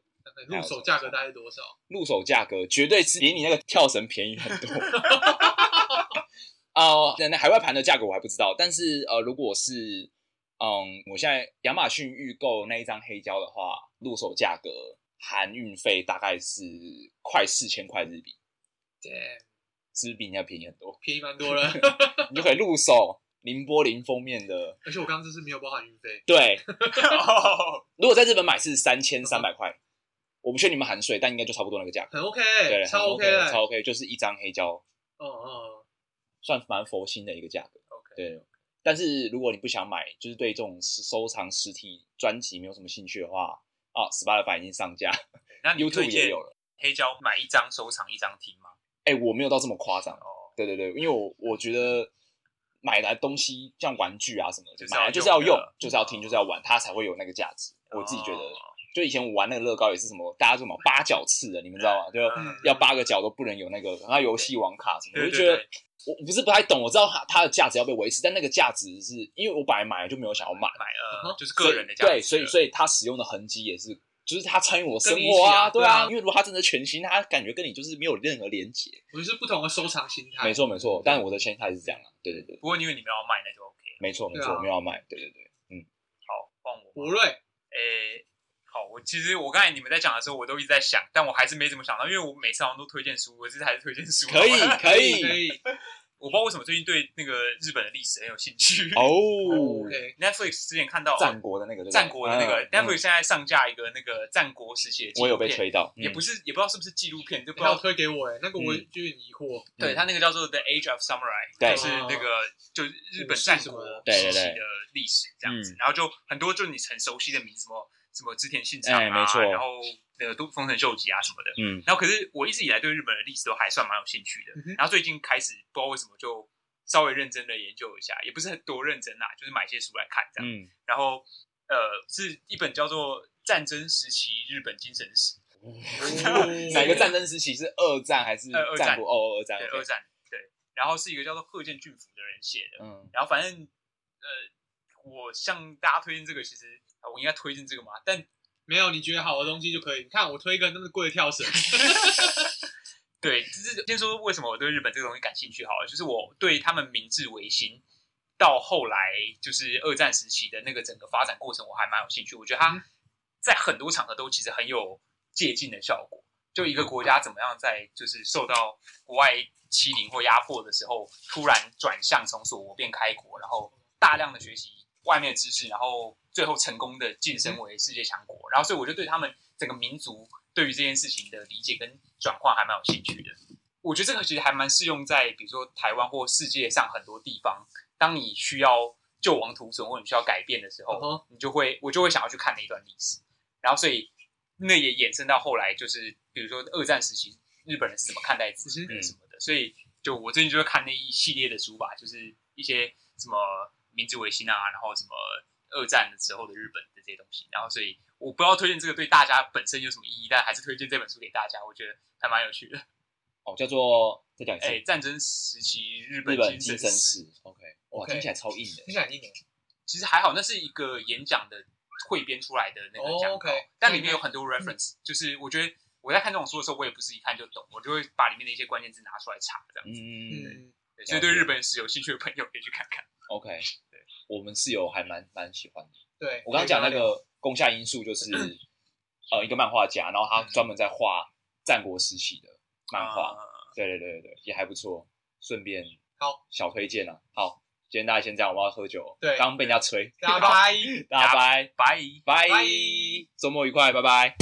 入手价格大概是多少？入手价格绝对是比你那个跳绳便宜很多。 哦、那那海外盘的价格我还不知道，但是呃，如果是嗯，我现在亚马逊预购那一张黑胶的话，入手价格含运费大概是快四千块日币，对，是不是比人家便宜很 多？便宜 蛮多了。你就可以入手林波林封面的，而且我刚刚这是没有包含运费，对，哦如果在日本买是三千三百块，我不确定你们含税，但应该就差不多那个价格，很 OK，对，超 OK，的。超 OK，就是一张黑胶哦哦，算蛮佛心的一个价格。 OK 对，但是如果你不想买，就是对这种实收藏实体专辑没有什么兴趣的话，啊，Spotify 已经上架那你推，YouTube 也荐有了。黑胶买一张收藏一张听吗？哎、我没有到这么夸张。哦，对对对，因为我我觉得买来东西像玩具啊什么就的，是要买来就是要用用的，就是要听，就是要玩，它才会有那个价值。我自己觉得哦，就以前我玩那个乐高也是什么，大家说什么八角刺的，你们知道吗？就嗯要八个角都不能有那个，然后游戏王卡什么，我对就对觉得对，我我不是不太懂，我知道它它的价值要被维持，但那个价值是因为我本来买了就没有想要买，买嗯呃哼就是个人的价值所了，以对，所以所以它使用的痕迹也是，就是它参与我生跟你一起活啊对对啊因为如果它真的全新，它感觉跟你就是没有任何连接。我就是不同的收藏心哎态。没，错没错，但我的心态是这样啊，对对对，不过因为你们要卖那就 OK 了。没错没对啊错，没有要卖，对对对，好，换我吗。博瑞，诶、好，我其实我刚才你们在讲的时候，我都一直在想，但我还是没怎么想到，因为我每次好像都推荐书，我这次还是推荐书。可 以可可以以我不知道为什么最近对那个日本的历史很有兴趣。哦， ，OK， Netflix 之前看到战国的那个对不对战国的那个、嗯 Netflix 现在上架一个那个战国时期的纪我录片，有被推到，也嗯不是也不知道是不是纪录片，就不知他有道。推给我哎，那个我嗯就有点 疑惑。对他那个叫做《The Age of Samurai》，对就是那个就是日本战国对时对对期的历史这样子，嗯然后就很多就是你很熟悉的名字，什么什么织田信长啊，哎没错然后那个都丰臣秀吉啊什么的，嗯，然后可是我一直以来对日本的历史都还算蛮有兴趣的，嗯哼然后最近开始不知道为什么就稍微认真的研究一下，也不是很多认真啦、就是买一些书来看这样。嗯，然后呃，是一本叫做《战争时期日本精神史哦哪个战争时期是二战还是呃二战战国？哦，二》，战，对， OK 二战，对，然后是一个叫做贺见俊辅的人写的。嗯，然后反正呃，我向大家推荐这个，其实呃我应该推荐这个嘛，但没有，你觉得好的东西就可以。你看我推一个那么贵的跳绳， 对，就是先说为什么我对日本这个东西感兴趣好了，就是我对他们明治维新到后来就是二战时期的那个整个发展过程，我还蛮有兴趣。我觉得嗯它在很多场合都其实很有借鉴的效果。就一个国家怎么样在就是受到国外欺凌或压迫的时候，突然转向从锁国变开国，然后大量的学习外面的知识，然后最后成功的晋升为世界强国。然后，所以我就对他们整个民族对于这件事情的理解跟转换还蛮有兴趣的。我觉得这个其实还蛮适用在比如说台湾或世界上很多地方，当你需要救亡图存或你需要改变的时候嗯哼你就会我就会想要去看那一段历史。然后，所以那也衍生到后来，就是比如说二战时期日本人是怎么看待自己的嗯什么的。所以，就我最近就会看那一系列的书吧，就是一些什么明治维新啊，然后什么二战的时候的日本的这些东西。然后，所以我不知道推荐这个对大家本身有什么意义，但还是推荐这本书给大家，我觉得还蛮有趣的。哦，叫做再讲一次，哎，战争时期日日本本精精神神史，史。OK，哇， OK 听起来超硬的。听起来很硬耶其实还好，那是一个演讲的汇编出来的那个哦讲稿 OK 但里面有很多哦 reference，、就是我嗯觉得我在看这种书的时候，我也不是一看就懂，我就会把里面的一些关键字拿出来查，这样子。嗯嗯，对所以对日本史有兴趣的朋友可以去看看。 ，OK，我们室友还蛮蛮喜欢的。对，我刚刚讲那个宫下因素，就是呃一个漫画家，然后他专门在画战国时期的漫画。呃对对对对对，也还不错。顺便好小推荐啊，好，今天大家先这样，我要喝酒。对刚被人家吹，大家拜。大家拜拜。拜拜周末愉快，拜拜。